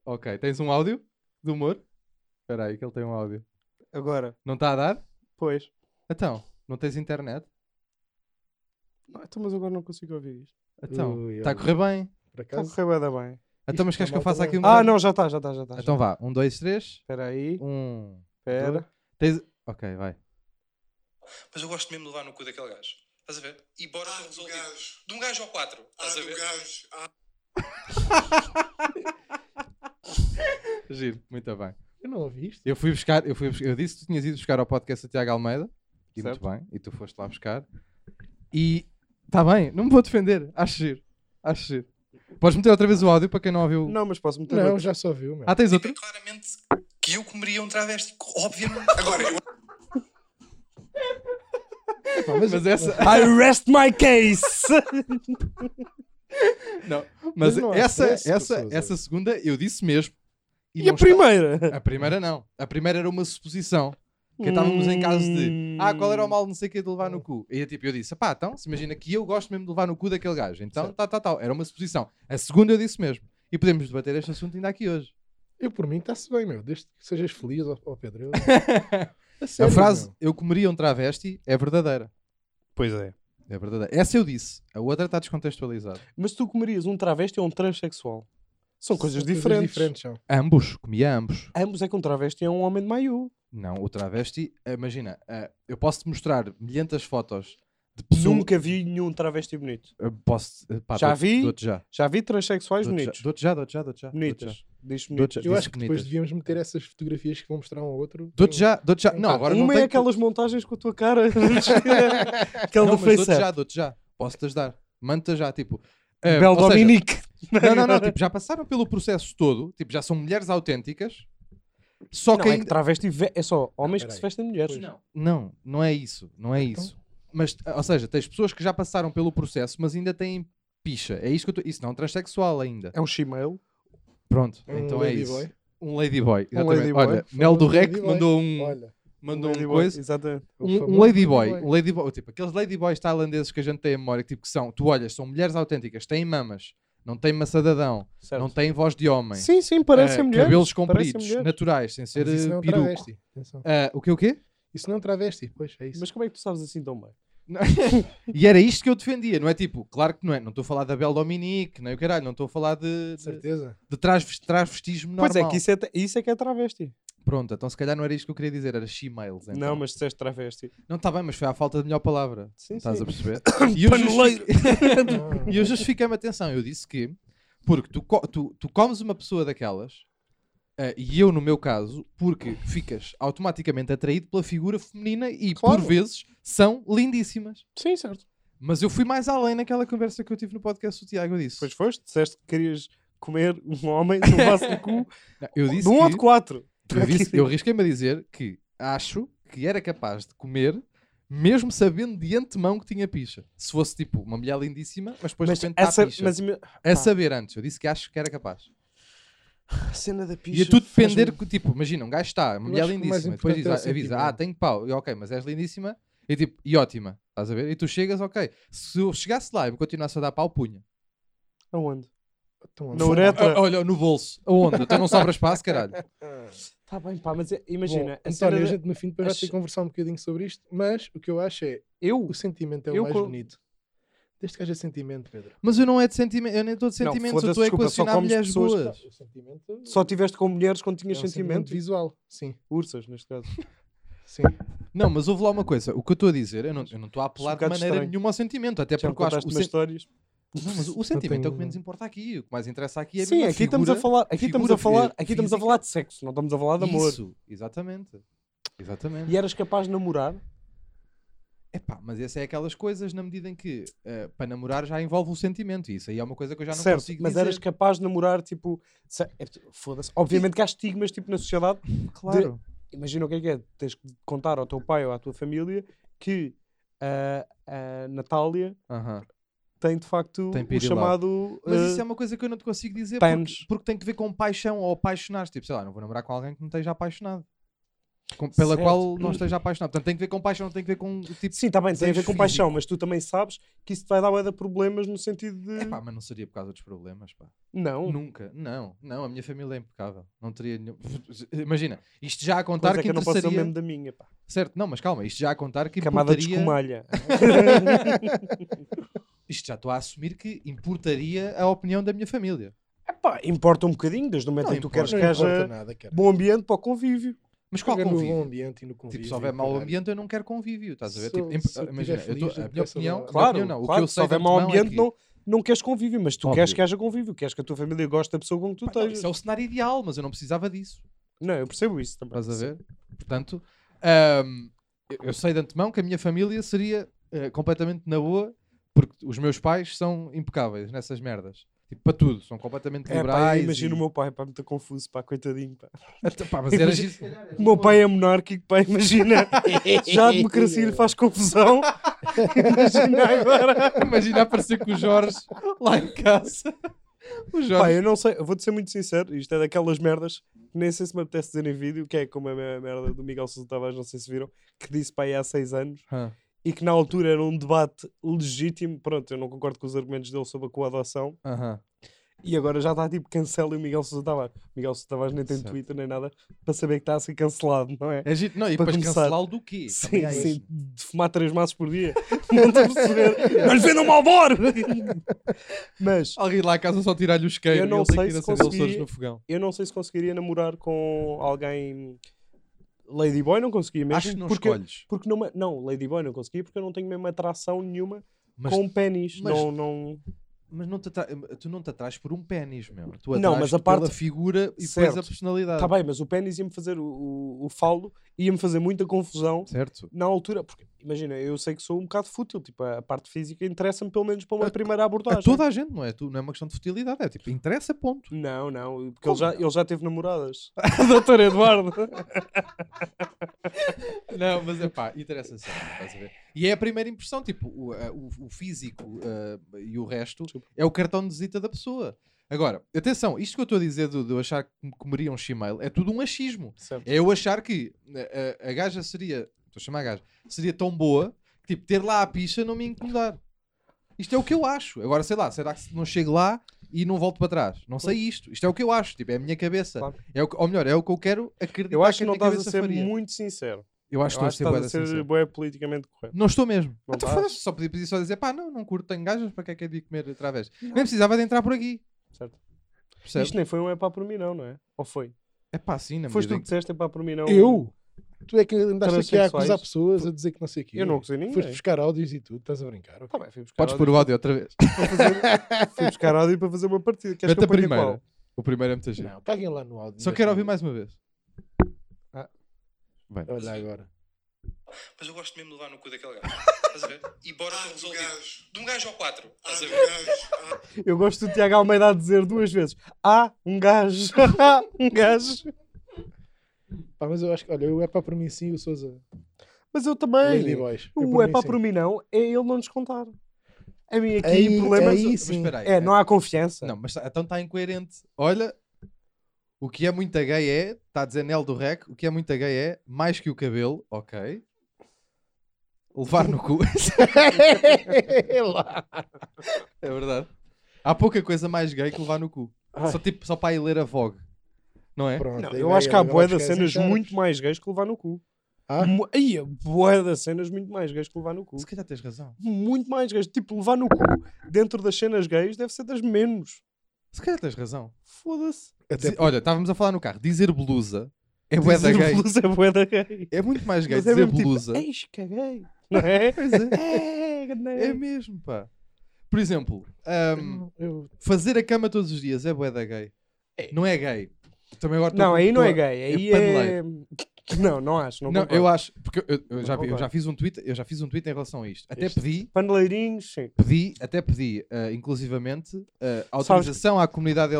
B: Ok, tens um áudio de humor? Espera aí, que ele tem um áudio.
A: Agora.
B: Não está a dar?
A: Pois.
B: Então, não tens internet?
A: Ah, então, mas agora não consigo ouvir isto.
B: Então,
C: Ui,
B: está a
C: olha.
B: correr bem.
C: Por
A: Está a
C: acaso,
A: correr bué da bem.
B: Então, mas
C: está
B: queres que eu
C: mal
B: faça aqui um.
C: também.
A: Ah, não, já está, já está, já está.
B: Então vá, um, dois, três.
A: Espera aí.
B: Um.
A: Espera.
B: Tens... Ok, vai.
D: Mas eu gosto mesmo de levar no cu daquele gajo. Estás a ver? E bora
E: Ah,
D: ter
E: do
D: resolvido.
E: gajo.
D: De um gajo ao quatro.
E: Ah,
D: Estás a
E: do
D: ver?
E: gajo. Ah,
B: Giro, muito bem.
C: eu não ouvi isto.
B: Eu fui buscar, eu, fui, buscar- eu disse que tu tinhas ido buscar ao podcast do Tiago Almeida, e
A: Certo.
B: muito bem, e tu foste lá buscar. E está bem, não me vou defender, acho giro, acho giro. Podes meter outra vez o áudio para quem então- não ouviu.
A: Não, mas posso meter.
C: Não,
A: outro.
C: já só viu, meu.
B: Ah, tens outro?
D: É claramente que eu comeria um travesti. Obviamente.
E: Agora, eu
C: Pá,
B: Mas, essa,
A: I rest my case!
B: não, mas
C: Mas não há
B: essa,
C: stress,
B: essa,
C: pessoas,
B: essa segunda eu disse mesmo.
A: e
B: não
A: a
B: está-
A: primeira?
B: A primeira não, a primeira era uma suposição. Que estávamos em caso de
A: Hum.
B: ah, qual era o mal não sei o que de levar no cu? E é tipo, eu disse, pá, então, se imagina que eu gosto mesmo de levar no cu daquele gajo, então,
C: Certo.
B: tal, tal, tal. Era uma suposição. A segunda eu disse mesmo. E podemos debater este assunto ainda aqui hoje.
C: Eu por mim está-se bem, meu. Desde que sejas feliz, ó, ó Pedro. Eu- A,
B: a
C: sério,
B: frase
C: meu.
B: eu comeria um travesti é verdadeira.
A: Pois é.
B: É verdadeira. Essa eu disse. A outra está descontextualizada.
A: Mas tu comerias um travesti ou um transexual? São coisas diferentes.
C: diferentes são.
B: Ambos, comia ambos.
A: Ambos é que um travesti é um homem de maiô.
B: Não, o travesti, imagina, eh, eu posso te mostrar milhentas fotos de pessoas.
A: Nunca vi nenhum travesti bonito.
B: Eh, Posso, eh, pá,
A: Já
B: dou-te-
A: vi?
B: Dou-te já.
A: Já vi transexuais
B: Dou-te já,
A: bonitos.
B: dou-te já, dou-te já, dou-te já. dou-te já.
A: Bonitas. Diz
B: Dou-te já.
A: bonitas.
C: Eu
B: Disse
C: acho que
B: bonitas.
C: depois devíamos meter essas fotografias que vão mostrar um ao outro.
B: Dou-te já, dou-te já. Não,
C: Pá,
B: agora
A: Uma
B: não
A: é
B: tenho-
A: aquelas montagens com a tua cara. Aquele
B: Não,
A: do
B: mas dou-te
A: FaceApp.
B: já, dou-te já. Posso-te ajudar. Manda-te já, tipo. eh,
A: Bel
B: ou seja,
A: Dominique.
B: Não, não, não. tipo, já passaram pelo processo todo. Tipo, já são mulheres autênticas. Só
A: Não,
B: que
A: é
B: ainda.
A: que travesti ve- é só homens que
C: peraí.
A: se vestem de mulheres.
C: Pois.
B: Ah, Não, não é isso, não é
C: Então?
B: isso. Mas, ou seja, tens pessoas que já passaram pelo processo, mas ainda têm picha. É isso que eu estou. Isso não é um transexual ainda.
A: É um shemale.
B: Pronto,
C: Um
B: então é isso.
C: ladyboy.
B: Um ladyboy. Exatamente.
A: ladyboy.
B: Olha, Nel do Rec
C: ladyboy.
B: mandou um,
C: Olha,
B: mandou um
A: Ladyboy,
B: coisa.
A: Exatamente.
C: o
B: Um, um
C: famoso
B: ladyboy, um ladyboy, tipo, aqueles ladyboys tailandeses que a gente tem a memória, que, tipo, que são, tu olhas, são mulheres autênticas, têm mamas, não têm maçadadão,
A: Certo.
B: não têm voz de homem,
A: Sim, sim,
B: eh,
A: parecem mulheres.
B: cabelos
A: parecem
B: compridos,
A: mulheres.
B: naturais, sem ser
C: Mas isso não é
B: eh,
C: um
B: peruco.
C: travesti. atenção.
B: Ah, o que o quê?
C: Isso não é um travesti, pois é isso.
A: Mas como é que tu sabes assim tão bem?
B: Não- e era isto que eu defendia, não é? Tipo, claro que não é. Não estou a falar da Bel Dominique, nem o caralho, não estou a falar de,
C: de
B: de,
C: certeza.
B: de transves- transvestismo normal.
A: Pois é, que isso é, te- isso é que é travesti.
B: Pronto, então se calhar não era isto que eu queria dizer, era she-males. então.
A: Não, mas disseste travesti.
B: Não está bem, mas foi à falta de melhor palavra.
A: Sim,
B: Estás
A: sim.
B: a perceber? E eu
A: Paneleiro.
B: justifiquei- e eu justifiquei-me atenção. Eu disse que, porque tu, co- tu, tu comes uma pessoa daquelas, eh, e eu no meu caso, porque ficas automaticamente atraído pela figura feminina e
A: Claro.
B: por vezes são lindíssimas.
A: Sim, certo.
B: Mas eu fui mais além naquela conversa que eu tive no podcast do Tiago. Eu disse.
A: Pois foste, disseste que querias comer um homem de um vaso de cu
B: Não, eu
A: de
B: disse.
A: um ou de
B: que,
A: quatro.
B: eu disse- eu arrisquei-me a dizer que acho que era capaz de comer, mesmo sabendo de antemão que tinha picha. Se fosse tipo uma mulher lindíssima, mas depois
A: mas,
B: de repente
A: essa,
B: está picha.
A: mas ima-
B: a saber antes, eu disse que acho que era capaz.
A: a cena da picha.
B: Ia tudo
A: faz-me-
B: depender, que, tipo, imagina, um gajo está, uma
C: Eu
B: mulher
C: acho que o mais
B: lindíssima, depois diz,
C: importante é o
B: ah, avisa,
C: sentimento.
B: ah, tenho pau, e, ok, mas és lindíssima, e tipo, e ótima, estás a ver? E tu chegas, ok, se eu chegasse lá e me continuasse a dar pau, punha.
A: Aonde?
C: Estão a
A: Na
C: falar.
A: uretra.
B: Ah, Olha, no bolso. Aonde? Então não sobra espaço, caralho.
A: Está bem, pá, mas é-
C: Imagina,
A: imagina. a cena
C: António, a
A: da-
C: gente no fim depois vai ter
A: Acho-
C: que conversar um bocadinho sobre isto, mas o que eu acho é
A: Eu
C: o sentimento é o
A: Eu
C: mais
A: co-
C: bonito. Desde que haja sentimento, Pedro.
B: Mas eu não é de sentimento, eu nem estou de
A: Não,
B: sentimentos, eu
A: foda-se,
B: estou a
A: desculpa, só
B: equacionar
A: comes
B: mulheres
A: pessoas que-
B: boas.
C: O sentimento
A: só tiveste com mulheres quando tinhas
C: é um
A: sentimento.
C: visual, sim.
A: Ursas, neste caso.
C: sim.
B: Não, mas houve lá uma coisa, o que eu estou a dizer, eu não, eu não estou a apelar
A: um
B: de
A: bocado
B: maneira
A: estranho.
B: nenhuma ao sentimento, até
A: Já me
B: porque eu acho que
A: contaste
B: o,
A: umas
B: sen-
A: histórias.
B: não, mas o sentimento é o
C: tenho-
B: que menos importa aqui, o que mais interessa aqui é
A: Sim, aqui estamos a falar, aqui estamos a falar, aqui estamos a falar de sexo, não estamos a falar de amor.
B: Isso, exatamente. Exatamente.
A: E eras capaz de namorar?
B: Epá, mas essa é aquelas coisas na medida em que eh, para namorar já envolve o sentimento, e isso aí é uma coisa que eu já não
A: certo,
B: consigo
A: mas
B: dizer.
A: eras capaz de namorar, tipo, se- é, foda-se. Obviamente que há estigmas, tipo, na sociedade.
B: Claro.
A: Imagina o que é que é, tens que contar ao teu pai ou à tua família que ah, a Natália
B: Aham.
A: tem, de facto,
B: Tem
A: o
B: pirilau.
A: chamado...
B: Mas
A: ah,
B: isso é uma coisa que eu não te consigo dizer
A: panos.
B: porque, porque tem que ver com paixão ou apaixonar-te. Tipo, sei lá, não vou namorar com alguém que não esteja apaixonado. Com- pela
A: Certo.
B: qual não esteja apaixonado. Portanto, tem que ver com paixão, não tem que ver com tipo.
A: Sim, está bem, tem a ver
B: desejo
A: com paixão, mas tu também sabes que isso te vai dar bué de problemas no sentido de...
B: Epá, mas não seria por causa dos problemas, pá.
A: não,
B: Nunca, não, não, a minha família é impecável. Não teria nenhum. Imagina, isto já a contar
A: coisa
B: que
A: é que eu não posso ser o
B: interessaria.
A: mesmo da minha, pá.
B: Certo, não, mas calma, isto já a contar que
A: Camada de
B: importaria.
A: escumalha.
B: Isto já estou a assumir que importaria a opinião da minha família.
A: Epá, importa um bocadinho, desde o momento
C: Não
A: em que tu
C: importa,
A: queres
C: não
A: que
C: importa
A: haja
C: nada, cara.
A: bom ambiente para o convívio.
B: Mas qual
C: Caga no
B: convívio?
C: bom ambiente e no convívio.
B: Tipo, se houver mau
C: caralho.
B: ambiente, eu não quero convívio, estás a ver?
C: Se
B: Tipo,
C: eu-
B: imp-
C: se eu
B: imagina, eu
C: tiver
B: tô-
C: feliz,
B: a
C: eu
B: minha
C: peço
B: opinião,
C: abraço.
A: Claro,
B: a minha opinião não.
A: claro,
B: o que eu
A: se
B: sei de
A: houver mau
B: antemão é
A: ambiente,
B: que-
A: não, não queres convívio, mas tu
B: Óbvio.
A: queres que haja convívio, queres que a tua família goste da pessoa com que tu
B: Pá, não,
A: estejas.
B: isso é o cenário ideal, mas eu não precisava disso,
A: Não, eu percebo isso também.
B: estás a ver? Portanto, ahm, eu- eu sei de antemão que a minha família seria eh, completamente na boa, porque os meus pais são impecáveis nessas merdas. Tipo, para tudo, são completamente
A: É, pá,
B: liberais.
A: imagina
B: e-
A: o meu pai, pá, muito confuso, pá, coitadinho, pá.
B: Até- pá, mas era
A: Imagina-
B: giro-
A: O meu pai é monárquico, pá, imagina. Já a democracia lhe faz confusão. imagina agora.
B: Imagina aparecer com o Jorge lá em casa. O
A: Pá,
B: Jorge.
A: eu não sei, eu vou-te ser muito sincero, isto é daquelas merdas que nem sei se me apetece dizer em vídeo, que é como a me- merda do Miguel Sousa Tavares, não sei se viram, que disse, pá, aí há seis anos,
B: Ah,
A: e que na altura era um debate legítimo, pronto, eu não concordo com os argumentos dele sobre a coadoção,
B: aham.
A: E agora já está tipo cancela o Miguel Sousa Tavares. O Miguel Sousa Tavares nem tem
B: Certo.
A: Twitter nem nada para saber que está a ser cancelado, não é?
B: É giro- Não, e
A: Para
B: depois
A: começar.
B: cancelá-lo do quê? Também
A: Sim,
B: há
A: sim,
B: isso.
A: de fumar três maços por dia. Não estou a perceber. Não lhe vendam mal bor! Mas
B: Alguém lá em casa só tirar-lhe o isqueiro
A: Eu
B: e
A: não
B: ele tem que
A: sei
B: ir
A: se
B: acender os
A: consegui-
B: Açores no fogão.
A: eu não sei se conseguiria namorar com alguém. Ladyboy não conseguia mesmo.
B: Acho que não
A: porque,
B: escolhes.
A: Porque não, me- não, Ladyboy não conseguia porque eu não tenho mesmo atração nenhuma
B: Mas,
A: com pênis.
B: mas-
A: Não, não.
B: mas não te atra- tu não te atrás por um pênis, meu. Tu
A: Não,
B: atrás
A: mas a
B: pela
A: parte-
B: figura e depois a
A: Certo.
B: personalidade.
A: Está tá bem, mas o pênis ia-me fazer, o, o, o falo ia-me fazer muita confusão.
B: Certo?
A: na altura, porque imagina, eu sei que sou um bocado fútil, tipo, a a parte física interessa-me pelo menos para uma primeira
B: A
A: abordagem.
B: toda a gente, não é? Tu, não é uma questão de futilidade, é tipo, interessa, ponto.
A: Não, não, porque
B: Como
A: ele já, ele já teve namoradas. Doutor Eduardo.
B: Não, mas é pá, interessa sempre, estás a ver? E é a primeira impressão, tipo, o, eh, o- o físico eh, e o resto
A: Desculpa.
B: é o cartão de visita da pessoa. Agora, atenção, isto que eu estou a dizer de, de eu achar que me comeria um chimail é tudo um achismo.
A: Certo.
B: É eu achar que eh, a, a gaja seria, estou a chamar a gaja, seria tão boa que tipo, ter lá a picha não me ia incomodar. Isto é o que eu acho. Agora, sei lá, será que não chego lá e não volto para trás? Não sei isto. Isto é o que eu acho. Tipo, é a minha cabeça.
A: Claro.
B: É o que, ou melhor, é o que eu quero acreditar
A: Eu acho que
B: a
A: não
B: minha
A: estás a
B: cabeça
A: ser
B: faria.
A: muito sincero.
B: Eu acho
A: Acho,
B: que
A: acho que
B: estou a
A: estás a
B: ser bué
A: ser
B: sincero.
A: bué politicamente correto.
B: Não estou mesmo.
A: Não
B: então
A: estás?
B: foda-se, só podia, podia só dizer, pá, não, não curto, tenho gajas, para que é que é de ir comer através? Nem precisava de entrar por aqui.
A: Certo.
B: Percebes?
A: Isto nem foi um é pá por mim, não, não é? Ou foi?
B: É pá, sim, na
A: Foste tu
B: medida
A: que
B: em que...
A: disseste é pá por mim, não?
C: Eu? Tu é que andaste aqui a
A: Transexuais.
C: acusar pessoas, a dizer que não sei o quê.
A: Eu não acusei ninguém.
C: Foste buscar áudios e tudo, estás a brincar. ok?
A: Tá bem, fui buscar
B: Podes
A: áudio
B: pôr o áudio outra vez.
A: para fazer... fui buscar áudio para fazer uma partida. Queres que
B: Mete
A: eu
B: a
A: ponha
B: primeira.
A: qual?
B: O primeiro é muito giro.
C: Não, caguem lá no áudio.
B: Só quero ouvir mais uma vez.
A: Ah.
B: Bem.
C: Olha agora.
D: Mas eu gosto mesmo de levar no cu daquele gajo. Estás a ver? E bora ter resolvido. De um gajo ao quatro. Estás a ver?
A: Eu gosto do Tiago Almeida a dizer duas vezes. Ah, um gajo. Ah, um gajo.
C: Pá, mas eu acho que, olha, eu é pá para mim sim, o Souza.
A: Mas eu
C: Lady
A: também.
C: Boys.
A: O é para
C: sim.
A: por mim não é ele não nos contar. A mim aqui
C: Aí-
A: o problema
C: aí
B: Mas
C: sim.
B: espera aí.
A: é, não há confiança.
B: Não, mas tá- então está incoerente. Olha, o que é muito gay é, está a dizer Nel do Rec, o que é muito gay é, mais que o cabelo, ok. Levar no cu.
C: É lá.
B: é verdade. Há pouca coisa mais gay que levar no cu.
A: Ai.
B: Só, tipo, só para ir ler a Vogue. Não é?
C: Pronto,
A: Não,
C: a
A: eu
C: ideia,
A: acho que há
C: agora
A: bué de
C: esquece
A: cenas
C: as caras.
A: muito mais gays que levar no cu.
C: Ah?
A: Mu- Aí, bué de cenas muito mais gays que levar no cu.
B: Se calhar tens razão.
A: Muito mais gays. Tipo, levar no cu dentro das cenas gays deve ser das menos.
B: Se calhar tens razão.
A: Foda-se.
C: Até
B: Dizer- Olha, estávamos a falar no carro. Dizer blusa é bué da
A: Dizer
B: gay.
A: blusa é bué da gay.
B: É muito mais gay
A: Mas é
B: dizer
A: mesmo tipo,
B: blusa.
A: Eis, caguei. Não é?
B: Pois é.
A: É, ganda-
B: É mesmo, pá. Por exemplo, ahm,
C: eu-
B: fazer a cama todos os dias é bué da gay. Não é gay. Também agora tô-
A: Não, aí não
B: tô-
A: é gay. Aí
B: Tá é
A: é. Não, não acho. Não,
B: Não,
A: concordo.
B: eu acho, porque eu, eu
A: Não
B: já, vi- eu
A: concordo.
B: já fiz um tweet, eu já fiz um tweet em relação a isto. Até
A: Este-
B: pedi,
A: Paneleirinhos, sim.
B: pedi, até pedi, ah, inclusivamente, ah, autorização à comunidade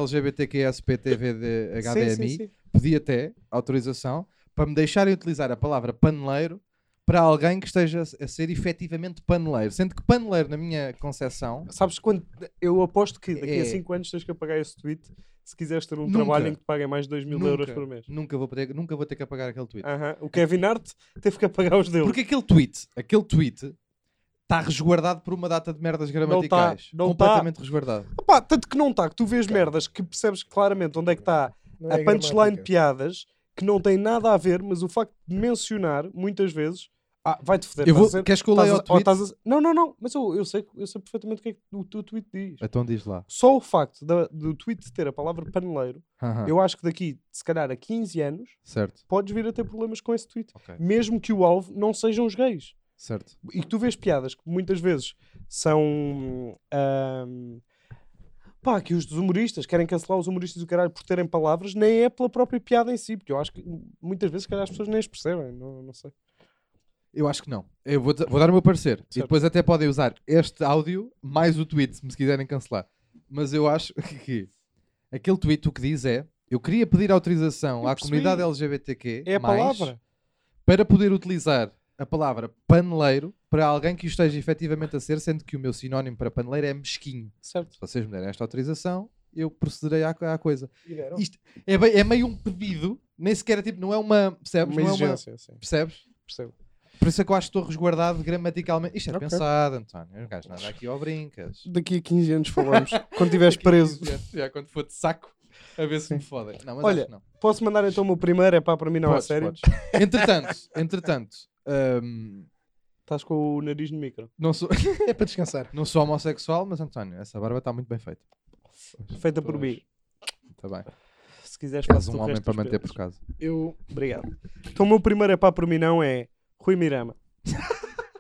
B: LGBTQSPTVD HDMI.
A: Sim, sim, sim.
B: pedi até autorização para me deixarem utilizar a palavra paneleiro para alguém que esteja a ser efetivamente paneleiro. Sendo que paneleiro, na minha concepção,
A: Sabes quando. Eu aposto que daqui
B: É.
A: a 5 anos tens que apagar esse tweet se quiseres ter um
B: Nunca.
A: trabalho em que te paguem mais de 2 mil
B: nunca,
A: euros por mês.
B: nunca, vou poder, nunca vou ter que apagar aquele tweet.
A: Aham. O Kevin Hart teve que apagar os dele.
B: Porque aquele tweet, aquele tweet está resguardado por uma data de merdas gramaticais.
A: não tá.
B: completamente resguardado.
A: Opa, tanto que não está, que tu vês merdas que percebes claramente onde é que está
C: não
A: a
C: é
A: punchline de
C: gramática.
A: piadas que não tem nada a ver, mas o facto de mencionar muitas vezes. Ah, vai-te foder.
B: Eu vou,
A: estás a-
B: queres que eu
A: estás
B: leia
A: a-
B: o
A: ou
B: tweet?
A: estás a- Não, não, não. Mas eu, eu, sei, eu sei perfeitamente o que é que o teu tweet diz.
B: Então diz lá.
A: Só o facto da- do tweet ter a palavra paneleiro,
B: Aham,
A: eu acho que daqui, se calhar, a 15 anos,
B: Certo,
A: podes vir a ter problemas com esse tweet.
B: Ok.
A: Mesmo que o alvo não sejam os gays.
B: certo.
A: E que tu vês piadas que muitas vezes são. ahm, pá, que os humoristas querem cancelar os humoristas do caralho por terem palavras, nem é pela própria piada em si, porque eu acho que muitas vezes, se calhar, as pessoas nem as percebem. Não, não sei.
B: Eu acho que não. Eu vou, vou dar o meu parecer. E
A: Certo.
B: depois até podem usar este áudio mais o tweet, se me quiserem cancelar. Mas eu acho que aquele tweet o que diz é: eu queria pedir autorização
A: Eu
B: à
A: percebi.
B: comunidade LGBTQ
A: É a palavra.
B: para poder utilizar a palavra paneleiro para alguém que o esteja efetivamente a ser, sendo que o meu sinónimo para paneleiro é mesquinho.
A: Certo.
B: Se vocês me derem esta autorização, eu procederei à, à coisa.
C: E deram.
B: Isto é, bem- é meio um pedido, nem sequer é tipo, não é uma. Percebes?
A: Uma
B: não é uma-
A: exigência, sim.
B: percebes?
A: Percebo.
B: Por isso é que eu acho que estou resguardado gramaticalmente. Isto é
A: Ok.
B: pensado, António. Eu Não gajo nada aqui ao brincas.
A: Daqui a 15 anos falamos. Quando estiveres preso.
B: Já, já quando for de saco, a ver se me fodem. Não, mas
A: Olha,
B: acho que não.
A: Posso mandar então o meu primeiro? É pá, para mim não é
B: Podes,
A: sério.
B: podes. Entretanto, entretanto, hum,
A: Estás com o nariz no micro.
B: não, sou,
C: É para descansar.
B: não sou homossexual, mas António, essa barba está muito bem feita.
A: Feita por
B: Pois.
A: mim.
B: Está bem.
A: Se quiseres,
B: És
A: faço
B: um homem para manter por casa.
C: Eu.
A: Obrigado. Então o meu primeiro é pá, por mim não é Rui Mirama.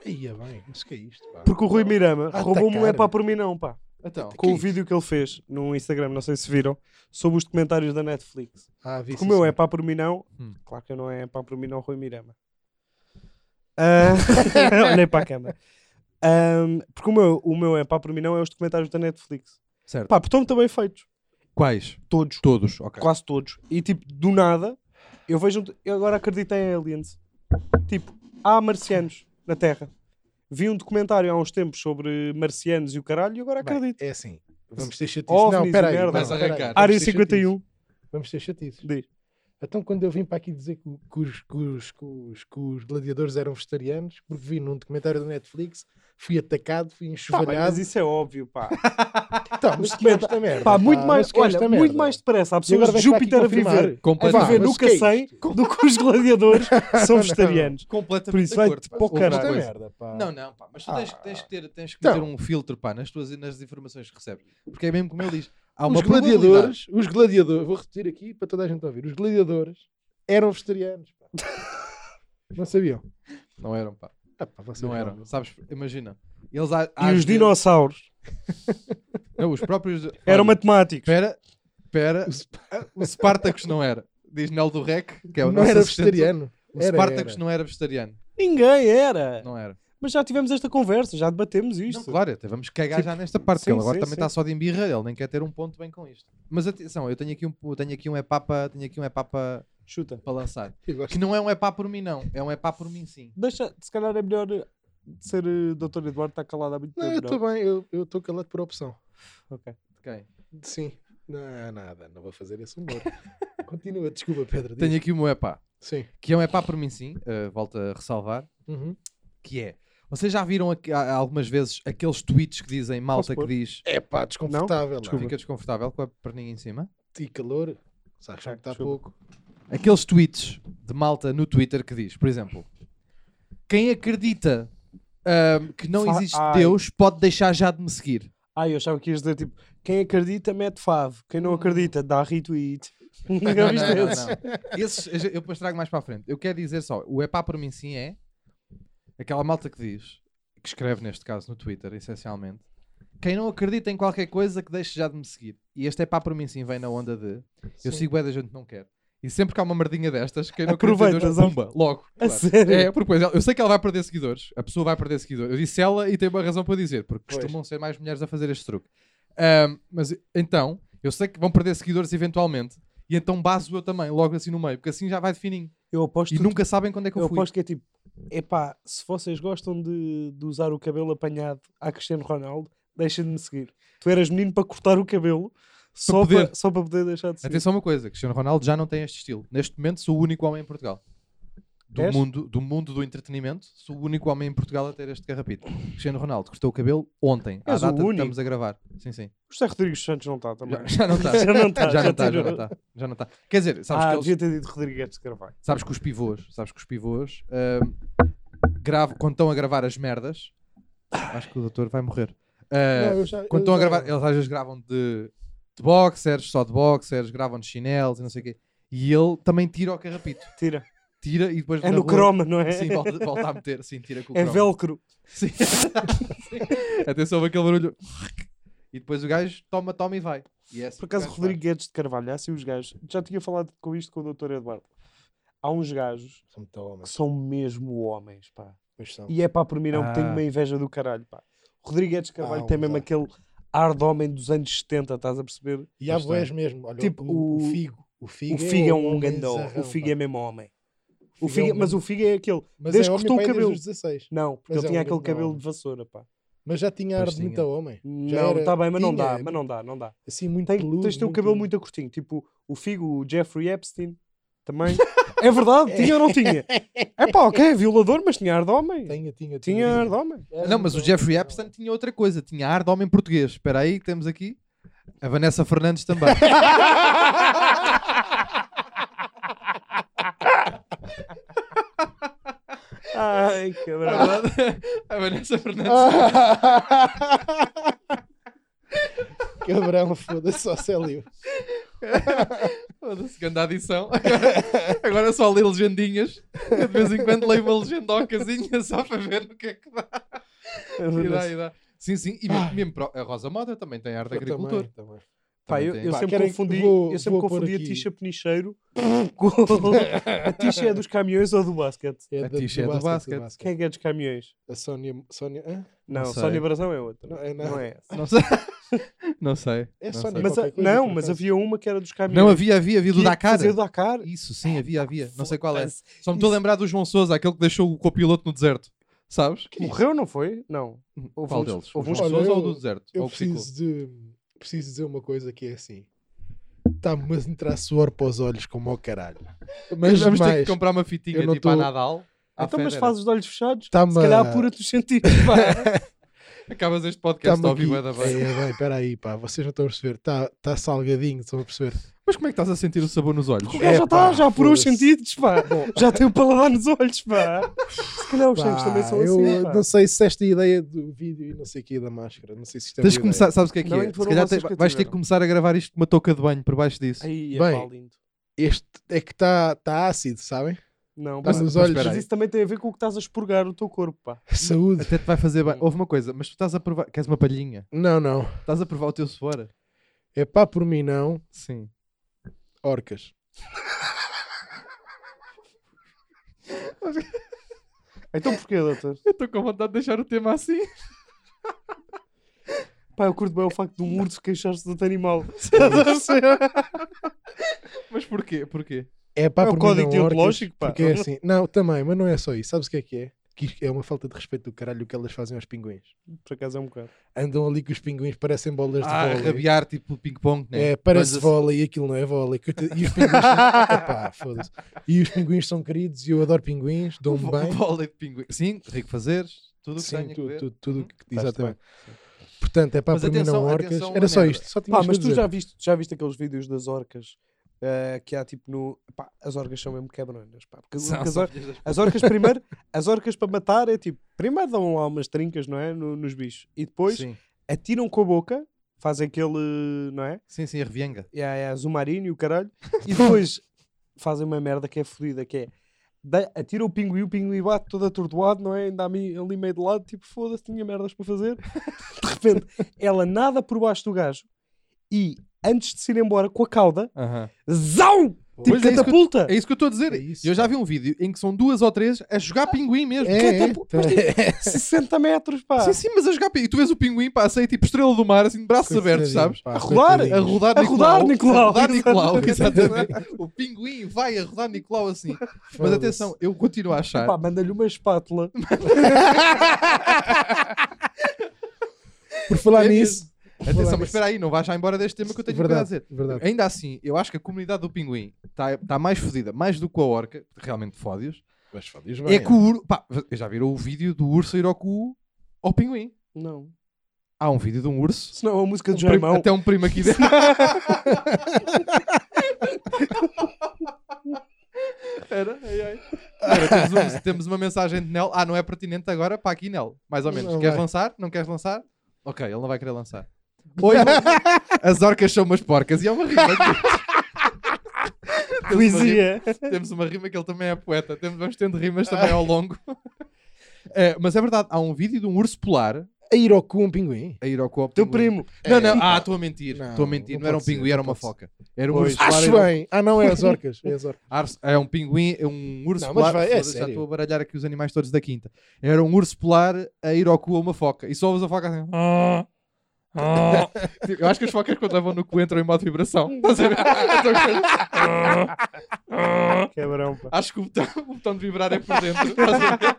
C: Ia bem, mas que é isto? Pá.
A: Porque o Rui Mirama
C: Atacar.
A: roubou-me o é pá, por mim não, pá.
B: Então,
A: Com
C: Que
A: o
C: isso?
A: vídeo que ele fez no Instagram, não sei se viram, sobre os documentários da Netflix.
C: Ah, vi
A: Porque o
C: sim,
A: meu
C: senhor.
A: é pá, por mim não.
B: Hum.
A: Claro que eu não é pá, por mim não, Rui Mirama. Ah, Olhei para a câmera. Ahm, porque o meu, o meu é pá, por mim não é os documentários da Netflix.
B: certo.
A: Pá, porque estão muito bem feitos.
B: Quais?
A: Todos.
B: Todos, ok.
A: Quase todos. E tipo, do nada, eu vejo. um do- Eu agora acredito em aliens. Tipo, há marcianos na Terra. Vi um documentário há uns tempos sobre marcianos e o caralho e agora
C: Bem,
A: acredito.
C: É assim. Vamos ter chatices.
A: Óbvios
C: não,
A: e
C: peraí.
A: merda.
C: não,
B: Vais
C: peraí.
B: arrancar.
C: Vamos
A: Área
C: ter chatices.
A: 51.
C: Vamos ter chatices.
A: Diz.
C: Então, quando eu vim para aqui dizer que, o- que os, que os- que os- que os gladiadores eram vegetarianos, porque vi num documentário da Netflix, fui atacado, fui
A: Tá bem, mas
C: enxovalhado.
A: isso é óbvio, pá.
C: Então, mas que é esta merda,
A: Pá, muito
C: pá,
A: mais,
C: mas que é esta
A: olha, muito
C: merda?
A: mais depressa há
C: E
A: pessoas de
C: agora vens para aqui
A: Júpiter a
C: confirmar?
A: viver, a
C: Epá,
A: viver
B: Completamente,
C: mas
A: nunca
C: que é
A: sem do que os gladiadores são vegetarianos.
B: completamente
A: Por isso
B: de
A: vai
B: acordo, pá.
A: para o
B: Ouve uma
A: caralho.
C: Esta
B: coisa.
C: merda, pá.
B: Não, não, pá, mas tu tens, tens que, ter, tens que
C: Então.
B: meter um filtro pá, nas tuas nas informações que recebes. Porque é mesmo como ele diz. Há uma
C: os gladiadores, os gladiadores, vou repetir aqui para toda a gente ouvir, os gladiadores eram vegetarianos. pá. Não sabiam?
B: probabilidade. Não eram, pá.
C: Ah, pá, vocês
B: Não eram. Sabes, imagina. Eles há,
A: E os
B: dinossauros.
A: dinossauros
B: Não, os próprios.
A: eram
B: Olha,
A: matemáticos.
B: Espera, espera. Ah,
C: O Sp-
B: O Spartacus não era. Diz Nel do Rec, que é o
C: não
B: nosso
C: era
B: assistente.
C: vegetariano.
B: O
C: Era,
B: Spartacus
C: era.
B: não era vegetariano.
A: Ninguém era.
B: Não era.
A: Mas já tivemos esta conversa, já debatemos
B: Não,
A: isto.
B: claro, até vamos cagar
A: Tipo,
B: já nesta parte.
A: sim,
B: que ele agora
A: sim,
B: também
A: sim.
B: está só de embirra, ele nem quer ter um ponto bem com isto. Mas atenção, eu tenho aqui um, eu tenho aqui um epapa, tenho aqui um epapa
A: Chuta.
B: para lançar.
C: Eu gosto
B: Que não é um epá por mim, não. É um epá por mim, sim.
A: Deixa, se calhar é melhor eh, ser eh, Dr. Eduardo está calado há muito
C: Não, eu
A: tempo.
C: estou bem, eu- eu estou calado por opção.
A: Ok.
B: Ok.
C: Sim. Não, nada, não vou fazer esse humor. Continua, desculpa, Pedro. diz.
B: Tenho aqui o meu epá.
C: Sim.
B: Que é um epá por mim, sim. eh, volto a ressalvar.
C: Uhum.
B: Que é Vocês já viram aqui- há- há algumas vezes aqueles tweets que dizem malta que
A: pôr?
B: diz
C: É pá, desconfortável. lá.
A: Desculpa.
B: fica desconfortável com a perninha em cima?
C: E calor. Sabes que está
A: Desculpa.
C: pouco.
B: Aqueles tweets de malta no Twitter que diz, por exemplo, quem acredita ahm, que não
A: Fa-
B: existe
A: Ai.
B: Deus pode deixar já de me seguir.
A: Ah, eu achava que ias dizer tipo: quem acredita, mete fave. Quem não acredita, dá retweet. Nunca
B: Não,
A: viste
B: não, não,
A: esses?
B: não. Esses eu já- eu depois trago mais para a frente. Eu quero dizer só, o epá para mim sim é aquela malta que diz, que escreve neste caso no Twitter, essencialmente, quem não acredita em qualquer coisa que deixe já de me seguir. E este epá para mim sim vem na onda de eu sigo é da gente que não quer. E sempre que há uma merdinha destas, quem não acredita em Deus,
A: Aproveitas a-
B: pumba, logo.
A: A
B: claro.
A: sério?
B: É, porque pois, eu sei que ela vai perder seguidores. A pessoa vai perder seguidores. Eu disse ela e tem uma razão para dizer, porque
A: Pois.
B: costumam ser mais mulheres a fazer este truque. Ahm, mas então, eu sei que vão perder seguidores eventualmente, e então baso eu também, logo assim no meio, porque assim já vai de fininho.
A: Eu aposto
B: E nunca sabem quando é que eu,
A: Eu
B: fui.
A: aposto que é tipo, epá, se vocês gostam de, de usar o cabelo apanhado a Cristiano Ronaldo, deixem de me seguir. Tu eras menino para cortar o cabelo só
B: poder.
A: para, só para poder deixar de seguir.
B: Atenção a uma coisa, Cristiano Ronaldo já não tem este estilo. Neste momento sou o único homem em Portugal. Do
A: És?
B: mundo, do mundo do entretenimento, sou o único homem em Portugal a ter este carrapito. Cristiano Ronaldo cortou o cabelo ontem, à
A: És o
B: data que
A: único?
B: estamos a gravar. Sim, sim.
A: O José Rodrigues Santos não está também.
B: Já, já não está.
A: Já não está.
B: já não está,
A: está
B: já não está. Já não está. Quer dizer, sabes
A: Ah,
B: que eles-
A: devia ter dito Rodrigues de Carvalho.
B: Sabes que os pivôs, sabes que os pivôs ahm, gravam, quando estão a gravar as merdas, acho que o doutor vai morrer. Ah,
C: Não, eu já-
B: quando
C: eu
B: estão a
C: já-
B: gravar, eles às vezes gravam de, de boxers, só de boxers, gravam de chinelos e não sei o quê. E ele também tira o carrapito.
A: Tira.
B: Tira e depois.
A: É
B: na
A: no
B: rua-
A: croma, não é?
B: Sim, volta, volta a meter, sim, tira com o
A: é
B: cromo.
A: velcro.
B: Sim. Sim. Atenção, aquele barulho. E depois o gajo toma, toma e vai. E é assim
A: Por
B: que o
A: acaso,
B: gajo
A: Rodrigo Guedes de Carvalho, há assim os gajos. Já tinha falado com isto com o Dr. Eduardo. Há uns gajos
C: São muito homens,
A: que são mesmo homens, pá.
C: mas são.
A: E é pá, por mim não, que tenho
B: Ah.
A: uma inveja do caralho, pá. O Rodrigues Carvalho
C: Ah,
A: tem
C: o
A: mesmo
C: Zé.
A: aquele ar de homem dos anos 70, estás a perceber?
C: E há
B: Pois
C: boés mesmo. Olha,
A: Tipo,
C: tipo, o,
A: o-
C: o Figo. O Figo,
A: o Figa é um
C: homem
A: gandão.
C: zarrão,
A: o Figa é
C: pá.
A: mesmo homem. O
C: Figa é
A: Figa,
C: um
A: mas
C: gandão.
A: o Figa é aquele.
C: Mas
A: desde
C: é
A: que
C: homem
A: cortou o
C: pai desde
A: cabelo.
C: os 16.
A: Não, porque
C: Mas
A: ele
C: é um
A: tinha aquele
C: gandão.
A: cabelo de vassoura, pá.
C: Mas já tinha ar
B: Pois
C: de
B: tinha.
C: muito homem. Já
A: não,
C: era-
A: está bem, mas não
C: tinha,
A: dá, mas não dá, não dá.
C: Assim, muito
A: Tem,
C: peludo.
A: tens de ter o cabelo muito a curtinho. Tipo, o Figo, o Jeffrey Epstein, também. é verdade, tinha ou não tinha? É pá, ok, violador, mas tinha ar de homem.
C: Tinha, tinha.
A: Tinha ar de homem.
B: Ah, Não, mas o Jeffrey Epstein tinha outra coisa, tinha ar de homem português. Espera aí, que temos aqui a Vanessa Fernandes também.
A: Ai, cabrão.
B: Verdade? a Vanessa Fernandes.
C: Cabrão, foda-se, só Célio.
B: Foda-se, grande adição. Agora, agora só lê legendinhas. Eu de vez em quando leio uma legendocazinha só para ver o que é que dá. E dá, e dá. Sim, sim. E mesmo, mesmo pro- a Rosa Moda também tem ar de é agricultor.
C: Também, também.
A: Pá, eu,
B: Também
A: eu
B: tem.
C: Pá,
A: sempre
C: querem-
A: confundi,
C: vou-
A: eu sempre
C: vou pôr
A: confundi a
C: aqui.
A: ticha penicheiro com a ticha é dos caminhões ou do basquete.
C: É
B: A
C: da-
B: t-shirt do basquete.
A: Quem é que é dos caminhões?
C: A Sónia. Sónia hã?
A: Não,
B: sei.
A: Sónia Brasão é outra.
C: Não, é
A: Não,
C: não.
A: é essa.
B: Não sei. Não sei.
C: É
B: não
C: só
B: sei.
C: nem-
A: Mas a-
C: qualquer coisa,
A: não,
C: por
A: mas
C: acaso.
A: havia uma que era dos caminhões.
B: Não havia, havia, havia
A: que
B: do
A: ia
B: Dakar.
A: Fazer Dakar.
B: Isso, sim, havia, havia. Não sei qual é.
A: Foda-se.
B: Só me estou a lembrar do João Souza, aquele que deixou o copiloto no deserto. Sabes?
A: Morreu, não foi? Não. Houve
B: Hum, Qual
A: uns-
B: deles?
A: houve
B: O
A: uns-
B: João
C: Olha,
B: Souza ou
C: eu-
B: do deserto?
C: Eu
B: Ou o que ficou?
C: preciso, de, preciso dizer uma coisa que é assim. Está-me a entrar suor para os olhos como ao caralho. Mas
B: vamos ter
C: mais,
B: que comprar uma fitinha
C: eu não
B: tipo a
C: tô-
B: Nadal. à
A: então, mas
B: Federer.
A: fazes os olhos fechados?
B: Tá
C: Tá-me
A: Se calhar
C: a-
A: apura-te os sentidos. pá.
B: Acabas este podcast
C: está-me
B: ao vivo,
C: aqui...
B: é da bem.
C: É, bem, espera aí, pá. Vocês não estão a perceber. Está tá salgadinho, estão a perceber.
B: Mas como é que estás a sentir o sabor nos olhos?
A: O gajo já está,
C: pá,
A: já apurou os
C: foda-se.
A: sentidos, pá. Já tem o paladar nos olhos, pá. Se calhar os
C: Pá,
A: chefes também são
C: eu
A: assim. pá.
C: não sei se esta ideia do vídeo e não sei o que da máscara. Não sei se isto é
B: Tens de
C: boa
B: começar, sabes o que é que
A: Não,
B: é?
A: é que
B: Se
A: foram
B: calhar
A: vocês
B: te-
A: que
B: vais ter que
A: tiveram.
B: começar a gravar isto com uma touca de banho por baixo disso.
A: Aí, é
C: Bem.
A: pá, lindo.
C: ideia. Este é que está tá ácido, sabem?
A: Não,
C: Está
A: pá.
C: Tá nos
B: mas
C: olhos.
B: espera
A: Mas isso também tem a ver com o que estás a expurgar o teu corpo, pá.
C: Saúde.
B: Até te vai fazer bem. Houve uma coisa, mas tu estás a provar. Queres uma palhinha?
C: Não, não.
B: Estás a provar o teu suor?
C: É pá, por mim não.
B: Sim.
C: Orcas.
A: Então porquê, doutor?
B: Eu estou com vontade de deixar o tema assim.
A: Pá, eu curto bem o facto de um urso queixar-se de outro animal.
B: Mas porquê? Porquê?
C: É pá,
A: É o
C: por mim
A: código
C: não, orcas,
A: deontológico, pá.
C: Porque é assim. Não, também, mas não é só isso. Sabes o que é que é? Que isto é uma falta de respeito do caralho que elas fazem aos pinguins.
A: Por acaso é um bocado.
C: Andam ali que os pinguins parecem bolas
B: Ah,
C: de vôlei.
B: rabiar tipo ping-pong, né?
C: É, parece
B: Mas,
C: vôlei e aquilo não é vôlei. Coitado- E os pinguins são... Epá, foda-se. E os pinguins são queridos e eu adoro pinguins, dou-me
B: Vo-
C: É, um bem.
B: Vôlei de pinguim. Sim, rico fazeres. Tudo o que
C: Sim,
B: tenha que
C: tudo,
B: ver.
C: tudo, tudo o que-
B: Faz-te
C: exatamente.
B: bem.
C: Portanto, é para
B: Mas
C: para mim não
B: atenção-
C: orcas.
B: atenção,
C: Era só
B: Manera.
C: isto. Só tinha
A: Pá, mas tu já viste, já viste aqueles vídeos das orcas eh, que há tipo no. Pá, as orcas são mesmo quebronas, pá. Porque,
B: São-
A: porque as,
B: são
A: or-
B: filhas das-
A: as orcas, primeiro, as orcas para matar é tipo. Primeiro dão lá umas trincas, não é? no- nos bichos. E depois
B: Sim,
A: atiram com a boca, fazem aquele. Não é?
B: sim, sim, a revenga.
A: É, é Zumarino e o caralho. E depois fazem uma merda que é fodida, que é. dá- Atira o pinguim, o pinguim bate todo atordoado, não é? Ainda a mim- ali meio de lado, tipo, foda-se, tinha merdas para fazer. De repente, ela nada por baixo do gajo e, antes de se ir embora, com a cauda, zão! Tipo
B: Pois é isso que eu-
A: catapulta!
B: É isso que eu estou a dizer.
C: É isso,
B: eu já vi um vídeo em que são duas ou três a jogar pinguim mesmo.
C: É, é,
A: Catapulta!
C: então-
A: Mas, tipo, 60 metros, pá!
B: Sim, sim, mas a jogar pinguim. E tu vês o pinguim, pá, a sair tipo estrela do mar, assim, de braços abertos, sabes?
C: Pá,
A: A rolar,
C: coitadinhos.
B: A rodar
A: A
B: Nicolau.
A: rodar Nicolau,
B: A rodar Nicolau,
A: exatamente.
B: exatamente. O pinguim vai a rodar Nicolau assim. Mas
C: Foda-se.
B: atenção, eu continuo a achar.
A: Pá, manda-lhe uma espátula.
C: Por falar
B: É
C: nisso.
B: Atenção,
C: nisso.
B: mas espera aí, não vais já embora deste tema que eu tenho para
C: verdade,
B: dizer.
C: verdade.
B: Ainda assim, eu acho que a comunidade do pinguim está tá mais fodida, mais do que a orca, realmente fode-os.
C: Mas fodes
B: É que o urso. Pá, já viram o vídeo do urso ir ao cu ao pinguim?
A: Não.
B: Há um vídeo de um urso.
A: Senão a música
B: Um
A: do
B: primo-
A: Jaimão.
B: até um primo aqui dentro. Era, é. ai, ai. Ora, temos, um- temos uma mensagem de Nel. Ah, não é pertinente agora para aqui, Nel. Mais ou menos.
C: Não
B: queres
C: vai.
B: lançar? Não queres lançar? Ok, ele não vai querer lançar. Oi, as orcas são umas porcas. E é uma rima. Temos uma rima-
A: Poesia.
B: Temos uma rima que ele também é poeta. Temos, vamos tendo rimas
C: Ah.
B: também ao longo. Eh, mas é verdade, há um vídeo de um urso polar
C: A ir ao cu um pinguim.
B: a ir ao copo.
A: Teu primo.
B: Não, não, ah, estou a mentir.
C: É. Não,
B: Estou a mentir. Não,
C: não
B: era um
C: pode ser,
B: pinguim,
C: não
B: era uma
C: pode ser.
B: foca. Era um
A: Pois.
B: urso polar.
C: Acho
B: era um-
C: bem. Ah, não, é as orcas. É as orcas.
B: arce- É um pinguim, é um urso
C: Não, mas
B: polar.
C: vai, é
B: Foda-se, já
C: sério.
B: estou a baralhar aqui os animais todos da quinta. Era um urso polar a ir ao cu a uma foca. E só usa a foca assim. "Ah, ah." Eu acho que as focas quando levam no cu entram em modo vibração. Estás a ver? Então,
A: Quebrão, pá.
B: acho que o botão, o botão de vibrar é por dentro. Estás a ver?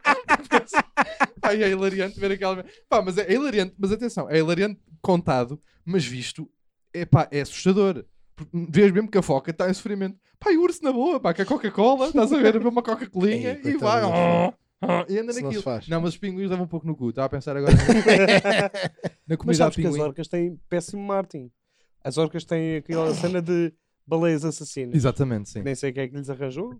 B: Pá, e é hilariante ver aquela. Pá, mas é, é hilariante, mas atenção, é hilariante contado, mas visto, é pá, é assustador. Porque Vês mesmo que a foca está em sofrimento. Pá, e o urso na boa, pá, com a Coca-Cola, estás a ver, a beber uma
C: Ei,
B: Coca-Colinha é, e
C: É, coitado
B: vai.
C: da
B: "Ah, ah", E anda
C: Isso não
B: naquilo.
C: se faz.
B: Não, mas os pinguins levam um pouco no cu, estava a pensar agora. na
A: Mas
B: comunidade
A: sabes que as
B: pinguim.
A: orcas têm péssimo marketing. As orcas têm aquela cena de baleias assassinas.
B: Exatamente, sim.
A: Nem sei quem é que lhes arranjou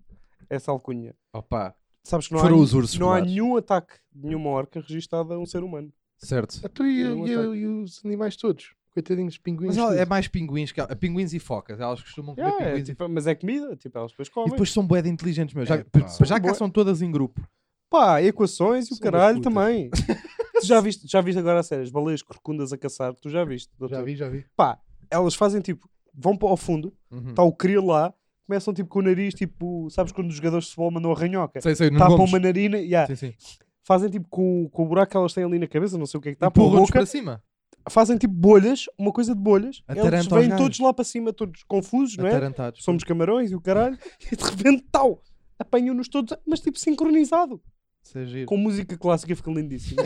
A: essa alcunha.
B: Opa,
A: Sabes que não,
B: foram
A: há,
B: os ursos.
A: não há
B: polares.
A: nenhum ataque de nenhuma orca registada a um ser humano.
B: Certo.
C: Então, e,
A: Eu
C: e- e os animais todos? Coitadinhos, pinguins.
B: Mas ela- é
C: tudo.
B: mais pinguins que ela- pinguins e focas. Elas costumam comer
A: Yeah, é,
B: pinguins e
A: tipo, mas é comida, tipo, elas depois
B: E
A: comem.
B: depois é, são bué de inteligentes, meu. Já,
C: É, pá.
B: já cá
A: Bué.
B: são todas em grupo.
A: Pá, equações e o
C: São umas
A: caralho
C: putas.
A: também. tu já viste, já viste agora a sério, as baleias corcundas a caçar, tu já viste,
C: Já
A: doutor?
C: vi, já vi.
A: Pá, elas fazem tipo, vão para o fundo,
C: Uhum.
A: está tá o crio lá, começam tipo com o nariz, tipo, sabes quando os jogadores de futebol mandam a ranhoca?
B: Sei, sei, Nuno
A: Tapam
B: Gomes.
A: Tá uma narina, yeah,
B: Ah, Sim, sim.
A: fazem tipo com, com o buraco que elas têm ali na cabeça, não sei o que é que está, a
B: Empurram-nos
A: boca,
B: para cima.
A: fazem tipo bolhas, uma coisa de bolhas, eles
B: Ataranta aos
A: vêm
B: gajos.
A: todos lá para cima, todos confusos, não é?
B: Atarantados.
A: Somos camarões e o caralho, e de repente tal, apanham-nos todos, mas tipo sincronizado,
B: Isso é giro.
A: com música clássica, fica lindíssimo.
B: Ah,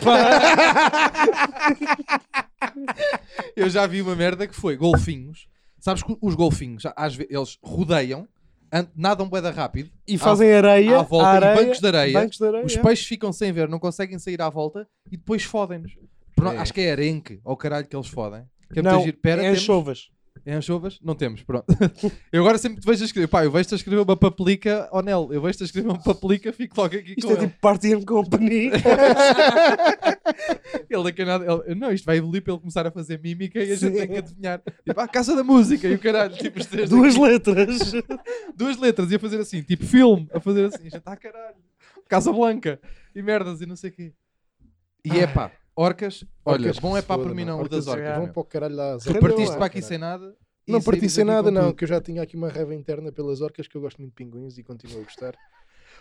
B: Eu já vi uma merda que foi golfinhos. Sabes que os golfinhos, já- às vezes, eles rodeiam, and- nadam bué da rápido.
A: E fazem areia,
B: à volta,
A: areia,
B: e bancos de areia.
A: bancos de areia,
B: Os
A: é.
B: peixes ficam sem ver, não conseguem sair à volta e depois fodem-nos. Por no-
C: É.
B: Acho que é arenque, ou caralho que eles fodem. Que é muito
A: não,
B: giro. Pera,
A: é
B: temos-
A: anchovas.
B: É anchovas? Não temos, pronto. eu agora sempre te vejo a escrever. Pá, eu vejo-te a escrever uma papelica, oh Nel, eu vejo-te a escrever uma papelica, fico logo aqui
A: Isto
B: com
A: é tipo partir-me com o paninho.
B: ele. Ele, é nada, ele. Não, isto vai evoluir para ele começar a fazer mímica e a gente
A: Sim.
B: tem que adivinhar. Tipo, ah, Casa da Música e o caralho. Tipo, os três
A: Duas
B: daqui.
A: letras.
B: duas letras e a fazer assim, tipo filme, a fazer assim. Já está caralho. Casa Blanca e merdas e não sei o quê. E é pá, orcas, olha,
C: Orcas,
B: bom é pá
C: foda,
B: para mim
C: mano.
B: não o das
A: Orcas,
B: orcas.
A: é.
C: Vão
B: meu.
C: para o caralho lá. as
B: Tu
C: orcas.
B: partiste
A: lá,
B: para aqui
C: caralho.
B: sem nada. e
C: Não
B: saímos
C: parti sem
B: daqui
C: nada,
B: com
C: não,
B: tudo.
C: que eu já tinha aqui uma raiva interna pelas orcas, que eu gosto muito de pinguins e continuo a gostar.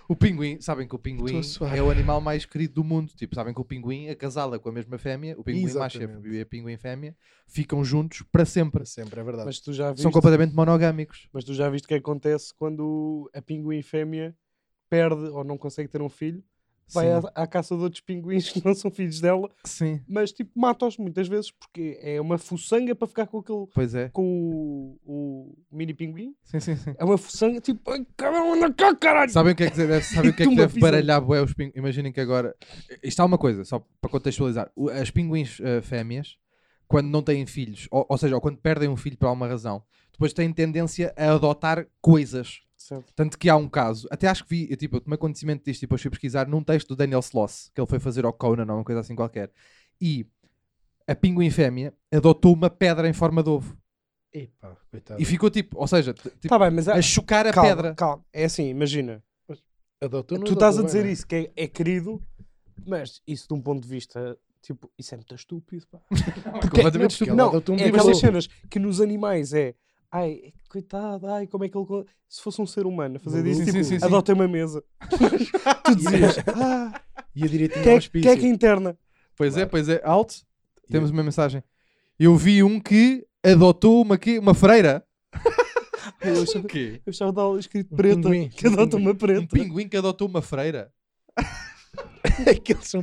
B: O pinguim, sabem que o pinguim
C: Estou a suar.
B: é o animal mais querido do mundo. Tipo, sabem que o pinguim acasala com a mesma fêmea, o pinguim macho e a-
C: Exatamente.
B: e a pinguim fêmea ficam juntos para sempre.
C: Para sempre, é verdade.
A: mas tu já viste,
B: São completamente monogâmicos.
A: mas tu já viste o que acontece quando a pinguim fêmea perde ou não consegue ter um filho, vai à,
B: Sim.
A: à caça de outros pinguins que não são filhos dela,
B: Sim.
A: mas tipo, mata-os muitas vezes porque é uma fuçanga para ficar com aquele.
B: Pois é.
A: com o, o mini pinguim.
B: Sim, sim, sim.
A: É uma fuçanga tipo, ai cabrão, anda cá, caralho!
B: Sabem o que é que deve, sabem o que é que
A: Tumba
B: deve
A: pisada.
B: baralhar bué os pinguins? Imaginem que agora... Isto há uma coisa, só para contextualizar. O- As pinguins eh, fêmeas, quando não têm filhos, ou, ou seja, ou quando perdem um filho por alguma razão, depois têm tendência a adotar coisas.
A: Certo.
B: Tanto que há um caso, até acho que vi, eu, tipo, eu tomei conhecimento disto e depois fui pesquisar num texto do Daniel Sloss, que ele foi fazer ao Conan ou uma coisa assim qualquer. E a pinguim fêmea adotou uma pedra em forma de ovo.
C: Epá, coitado.
B: E ficou tipo, ou seja, t- tipo,
A: Tá bem, mas
B: a chocar a
A: calma,
B: pedra.
A: calma. É assim, imagina.
C: Adotou, não
A: tu estás a
C: adotou,
A: dizer
C: bem,
A: isso, que é, é querido, mas isso de um ponto de vista, tipo, isso é muito estúpido, pá. Porque-
B: Completamente
C: porque
B: estúpido.
C: ela
A: Não,
C: adotou um
A: é aquelas
C: bicho.
A: cenas que nos animais é, ai, coitado, ai, como é que ele... co-" Se fosse um ser humano a fazer
C: Maluco.
A: disso,
B: Sim,
A: tipo,
B: sim, sim, sim.
A: adota uma mesa. tu dizias, ah,
C: Ia
B: um
C: direitinho
A: quem
C: ao
A: é, que- quem é
C: hospício.
A: que interna?
B: Pois é, pois é. Alto, temos uma mensagem. Eu vi um que adotou uma, que, uma freira.
A: Eu achava,
B: quê?
A: eu achava que estava escrito
C: Um
A: preta,
C: pinguim,
A: que
C: um
A: adota uma
B: Um
A: preta.
B: pinguim que adotou uma freira.
C: Aqueles É são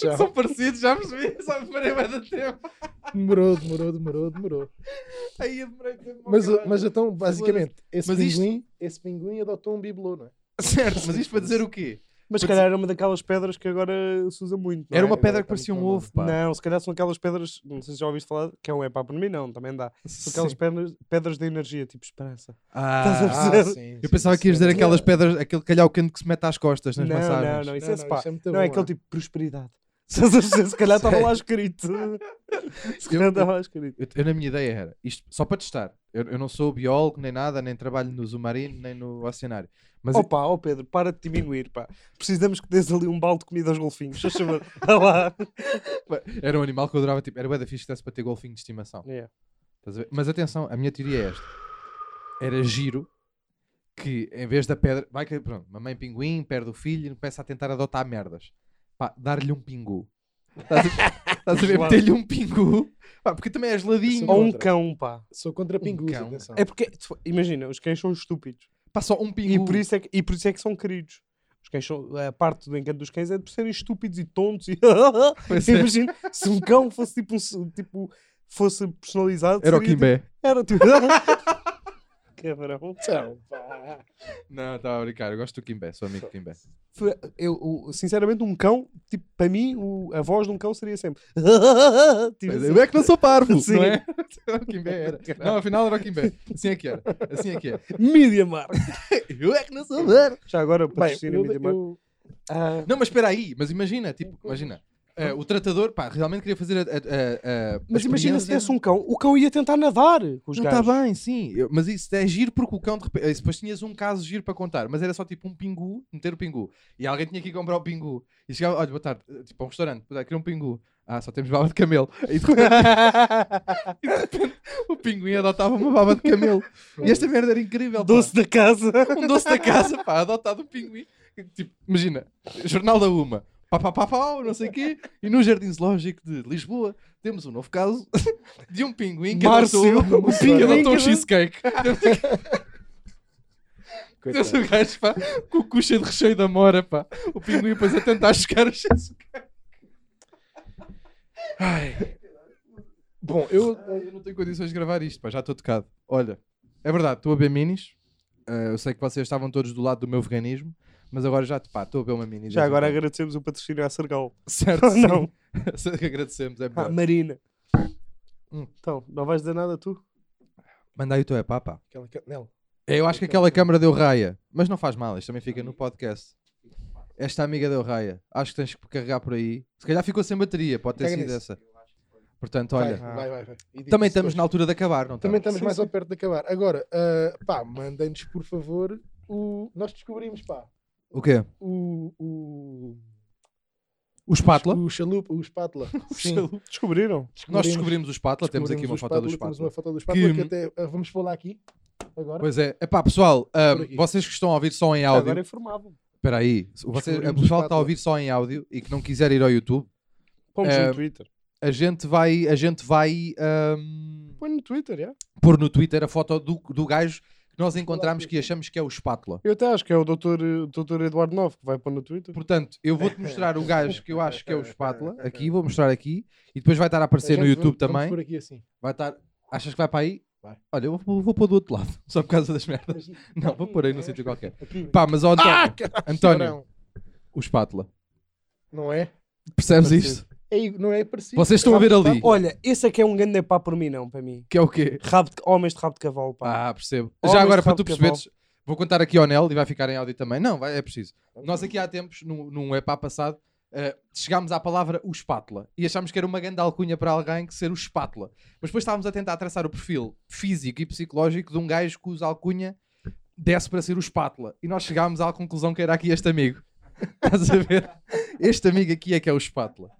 C: já.
B: São parecidos, já percebi. Só me parei bué de tempo.
C: Demorou, demorou, demorou, demorou.
B: Aí eu demorei tempo.
C: Mas, mas então, basicamente, esse,
B: Mas isto-
C: pinguim, esse pinguim adotou um bibelô, não é?
B: Certo, mas isto para dizer o quê?
A: Mas se calhar era uma daquelas pedras que agora se usa muito, não é?
B: Era uma pedra
C: agora
B: que
C: estamos
B: parecia um
C: com uma-
B: ovo, pá.
A: Não, se calhar são aquelas pedras, não sei se já ouviste falar, que é um epá por mim, não, também dá. São aquelas
B: Sim.
A: pedras, pedras de energia, tipo esperança.
B: Ah,
A: Estás a perceber?
C: sim,
B: eu
C: sim,
B: pensava
C: isso
B: que ias
C: é
B: dizer
C: muito
B: aquelas
C: bom.
B: pedras, aquele calhau quente que se mete às costas nas
A: não, não,
B: massagens.
A: não, isso
C: Não,
A: é
C: não,
A: spa.
C: isso é muito
A: Não,
C: bom,
A: é
C: é.
A: aquele tipo de prosperidade. Estás a perceber? Se calhar estava lá escrito. Se calhar
B: Eu-
A: estava lá escrito.
B: Eu, eu na minha ideia era, isto só para testar, eu, eu não sou biólogo nem nada, nem trabalho no submarino, nem no oceanário. Mas eu-
A: Opa, ó Pedro, para de diminuir, pá. Precisamos que dês ali um balde de comida aos golfinhos. faz favor. Dá lá.
B: era um animal que eu adorava, tipo, era bué da fixe que desse para ter golfinho de estimação.
A: Yeah.
B: Estás a ver? Mas atenção, a minha teoria é esta. Era giro que em vez da pedra, vai que pronto, mamãe pinguim, perde o filho, começa a tentar adotar merdas. Pá, dar-lhe um pingu. Estás a- Estás a ver?
A: Gelado.
B: Meter-lhe um pingu. Pá, porque também é geladinho.
A: Ou um
C: outra.
A: cão, pá.
C: Sou contra pingus,
B: cão.
C: atenção.
A: É porque, tu- imagina, os cães são estúpidos.
B: Pá, só um pingu.
A: E por, isso é que, e por isso é que são queridos. Os cães são, a parte do encanto dos cães é de serem estúpidos e tontos. E
B: Pois é.
A: Imagina, se um cão fosse tipo, um s- tipo fosse personalizado,
B: Era o
A: seria,
B: Kimbé.
A: tipo- Era tipo. Cabrão.
C: Então, pá.
B: Não, estava a brincar. Eu gosto do Kimbé, sou amigo do Kimbé.
A: Foi- Eu, o- sinceramente, um cão, tipo, para mim, o- a voz de um cão seria sempre. tipo,
B: Mas
A: assim.
B: eu é que não sou parvo,
A: Sim.
B: não é? Era o Kimbé era. Não, afinal era o Kimbé. Assim é que era. Assim é que era.
A: Media Mar.
B: Eu é que não sou parvo.
A: Já agora,
C: Bem,
A: patrocina
C: eu,
A: Media Mar.
C: eu,
A: Ah,
B: Não, mas espera aí, mas imagina, tipo, imagina. eh, o tratador, pá, realmente queria fazer a. a- a- a-
A: mas
B: a
A: imagina se
B: experiência.
A: tivesse um cão, o cão ia tentar nadar com os
B: Não está
A: gajos.
B: bem, sim. eu- mas isso é giro porque o cão de repente. eh, Depois tinhas um caso giro para contar, mas era só tipo um pingu, meter o pingu. E alguém tinha que ir comprar o pingu. E chegava, olha, boa tarde, eh, tipo a um restaurante, "Boa tarde, queria um pingu. Ah, só temos baba de camelo. E de repente, e de repente o pinguim adotava uma baba de camelo. E esta merda era incrível. pá.
A: Doce da casa.
B: um doce da casa, pá, adotado um pinguim. Tipo, imagina, Jornal da Uma, pá, pá, pá, pá, não sei o quê. E no Jardim Zoológico de Lisboa temos um novo caso de um pinguim que
A: Márcio,
B: adotou,
A: um
B: um pinguim
A: pinguim
B: que adotou um
A: que-
B: cheesecake.
C: coitado.
B: Temos um gajo, pá, com o cuxa de recheio da mora, pá. O pinguim depois a tentar chegar o cheesecake.
C: Bom, eu,
B: Ah, Eu não tenho condições de gravar isto, pá, já estou tocado. Olha, é verdade, estou a beber minis. Ah, eu sei que vocês estavam todos do lado do meu veganismo, mas agora já, pá, estou a beber uma mini.
A: Já agora agradecemos o patrocínio à Sergal.
B: Certo,
A: Ou
B: sim.
A: não?
B: Agradecemos, é
A: Ah,
B: melhor.
A: Marina.
B: Hum.
A: Então, não vais dizer nada tu?
B: Manda aí o teu epá, pá.
C: aquela canela.
B: Eu acho que aquela câmara deu raia, mas não faz mal, isto também fica no podcast. Esta amiga deu raia, acho que tens que carregar por aí. Se calhar ficou sem bateria, pode ter
C: Pega
B: sido
C: nisso.
B: essa. Portanto,
C: Vai,
B: olha,
C: vai, vai, vai. E diz
B: também
C: isso
B: estamos
C: depois.
B: na altura de acabar, não
C: Também
B: estamos?
C: estamos mais ao perto de acabar. Agora, ah, pá, mandem-nos, por favor, o... Nós descobrimos, pá,
B: O quê?
C: o... o...
B: O espátula?
C: O chalupa, o espátula. Sim.
A: Descobriram?
B: Nós descobrimos o espátula, temos aqui uma
C: descobrimos o
B: foto do
C: Temos uma
B: espátula.
C: foto do espátula que,
B: Que-
C: até... ah, vamos pô-la aqui, agora.
B: Pois é, epá, pessoal, ah,
C: Por aqui.
B: vocês que estão a ouvir só em
A: Já
B: áudio,
A: Agora informavam.
B: espera aí, Se vocês, o
C: Descobrimos
B: pessoal
C: o
B: que está a
C: espátula.
B: ouvir só em áudio e que não quiser ir ao YouTube,
A: Pomos
B: Eh,
A: no Twitter.
B: a gente vai, ah, a gente vai, ahm,
A: Põe no Twitter, é?
B: pôr no Twitter a foto do, do gajo que nós encontramos que achamos que é o espátula.
A: Eu até acho que é o Dr. Dr. Eduardo Novo que vai pôr no Twitter.
B: Portanto, eu vou-te mostrar o gajo que eu acho que é o espátula, aqui, vou mostrar aqui, e depois vai estar a aparecer no
C: Vamos-
B: YouTube
C: vamos- vamos
B: também.
C: por aqui assim.
B: Vai estar. Achas que vai para aí?
C: Vai.
B: Olha, eu vou, vou pôr do outro lado, só por causa das merdas. Não, vou pôr aí num
C: Aqui,
B: sítio qualquer.
C: aqui.
B: Pá, mas ó, António,
C: Ah, caralho,
B: António.
C: Chorão.
B: o espátula.
C: Não é?
B: Percebes
C: Parecido.
B: isto?
C: É i- Não é parecido.
B: Vocês estão a ver ali,
A: Olha, esse aqui é um grande pá por mim, não, para mim.
B: que é o quê?
A: Rabo de- homens de rabo de cavalo, pá.
B: Ah, percebo.
A: Homens é
B: Já agora,
A: de
B: para
A: rabo
B: tu
A: de
B: perceberes, vou contar aqui ao Nel e vai ficar em áudio também. Não, vai, é preciso. Nós aqui há tempos, num, num epá passado, eh, chegámos à palavra o espátula e achámos que era uma grande alcunha para alguém que ser o espátula. Mas depois estávamos a tentar traçar o perfil físico e psicológico de um gajo que usa alcunha desce para ser o espátula. E nós chegámos à conclusão que era aqui este amigo. Estás a ver? Este amigo aqui é que é o espátula.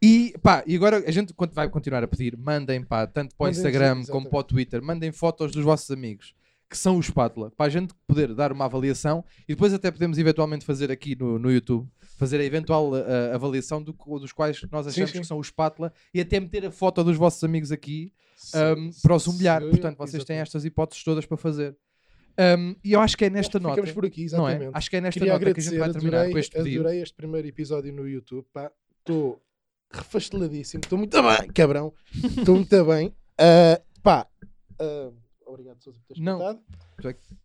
B: E pá, e agora a gente quando vai continuar a pedir, mandem pá, tanto para o
C: Mandem, sim,
B: Instagram como
C: exatamente.
B: para o Twitter, mandem fotos dos vossos amigos que são o espátula, para a gente poder dar uma avaliação e depois até podemos eventualmente fazer aqui no, no YouTube, fazer a eventual eh, avaliação do que- dos quais nós achamos
C: sim.
B: que são o espátula e até meter a foto dos vossos amigos aqui
C: Se-
B: um, para os
C: se-
B: humilhar. Portanto, vocês têm
C: exatamente.
B: estas hipóteses todas para fazer. Um, e eu acho que é nesta nota,
C: Ficamos por aqui,
B: não é?
C: exatamente.
B: Acho que é nesta
C: Queria
B: nota que a gente
C: agradecer,
B: vai terminar
C: adorei,
B: com este pedido.
C: adorei este primeiro episódio no YouTube, pá. Estou refasteladíssimo, estou muito bem, cabrão. Estou muito bem. Ah, pá, ah, obrigado, Sousa, por teres
B: Não,
C: contado.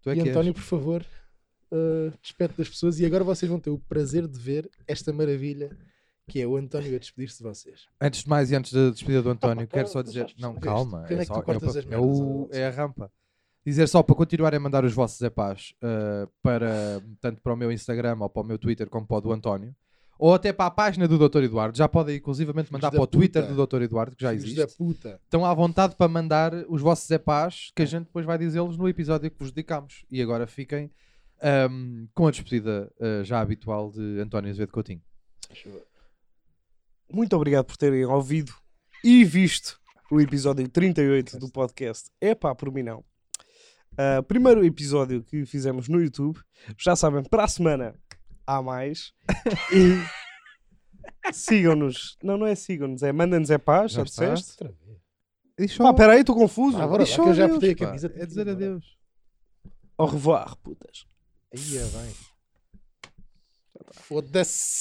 B: Tu é
C: E
B: que és.
C: António, por favor, ah, despede das pessoas. E agora vocês vão ter o prazer de ver esta maravilha que é o António a despedir-se de vocês.
B: Antes de mais e antes da despedida do António,
C: Ah, pá,
B: quero só
C: tu já
B: dizer. Não,
C: despediste.
B: calma.
C: Quando é que
B: só-
C: tu cortas
B: o-
C: as
B: é
C: merdas,
B: o-
C: Alonso?
B: é a rampa. Dizer só para continuar a mandar os vossos epás eh, para, tanto para o meu Instagram ou para o meu Twitter como para o do António, ou até para a página do Dr. Eduardo. Já podem, inclusivamente, mandar
C: da
B: para o Twitter
C: puta.
B: do Dr. Eduardo, que já
C: Filhos
B: existe.
C: da puta.
B: estão à vontade para mandar os vossos epás, que a gente depois vai dizê-los no episódio que vos dedicamos. E agora fiquem ahm, com a despedida ah, já habitual de António Azevedo Coutinho.
A: Muito obrigado por terem ouvido e visto o episódio 38 do podcast É pá por mim não. Ah, primeiro episódio que fizemos no YouTube. Já sabem, para a semana há mais. E sigam-nos. Não, não é sigam-nos, é mandem-nos é paz, já
B: Já está.
A: disseste?
C: Outra vez.
B: Diz só-
A: Pá, peraí, estou confuso.
C: Vá, Ah, bora
B: diz
C: lá,
B: só
C: é que eu já
B: adeus,
C: apertei a
B: pá.
C: camisa,
B: É dizer
C: tenho que ir
B: adeus.
A: Au revoir, putas.
C: Aí é bem. Foda-se.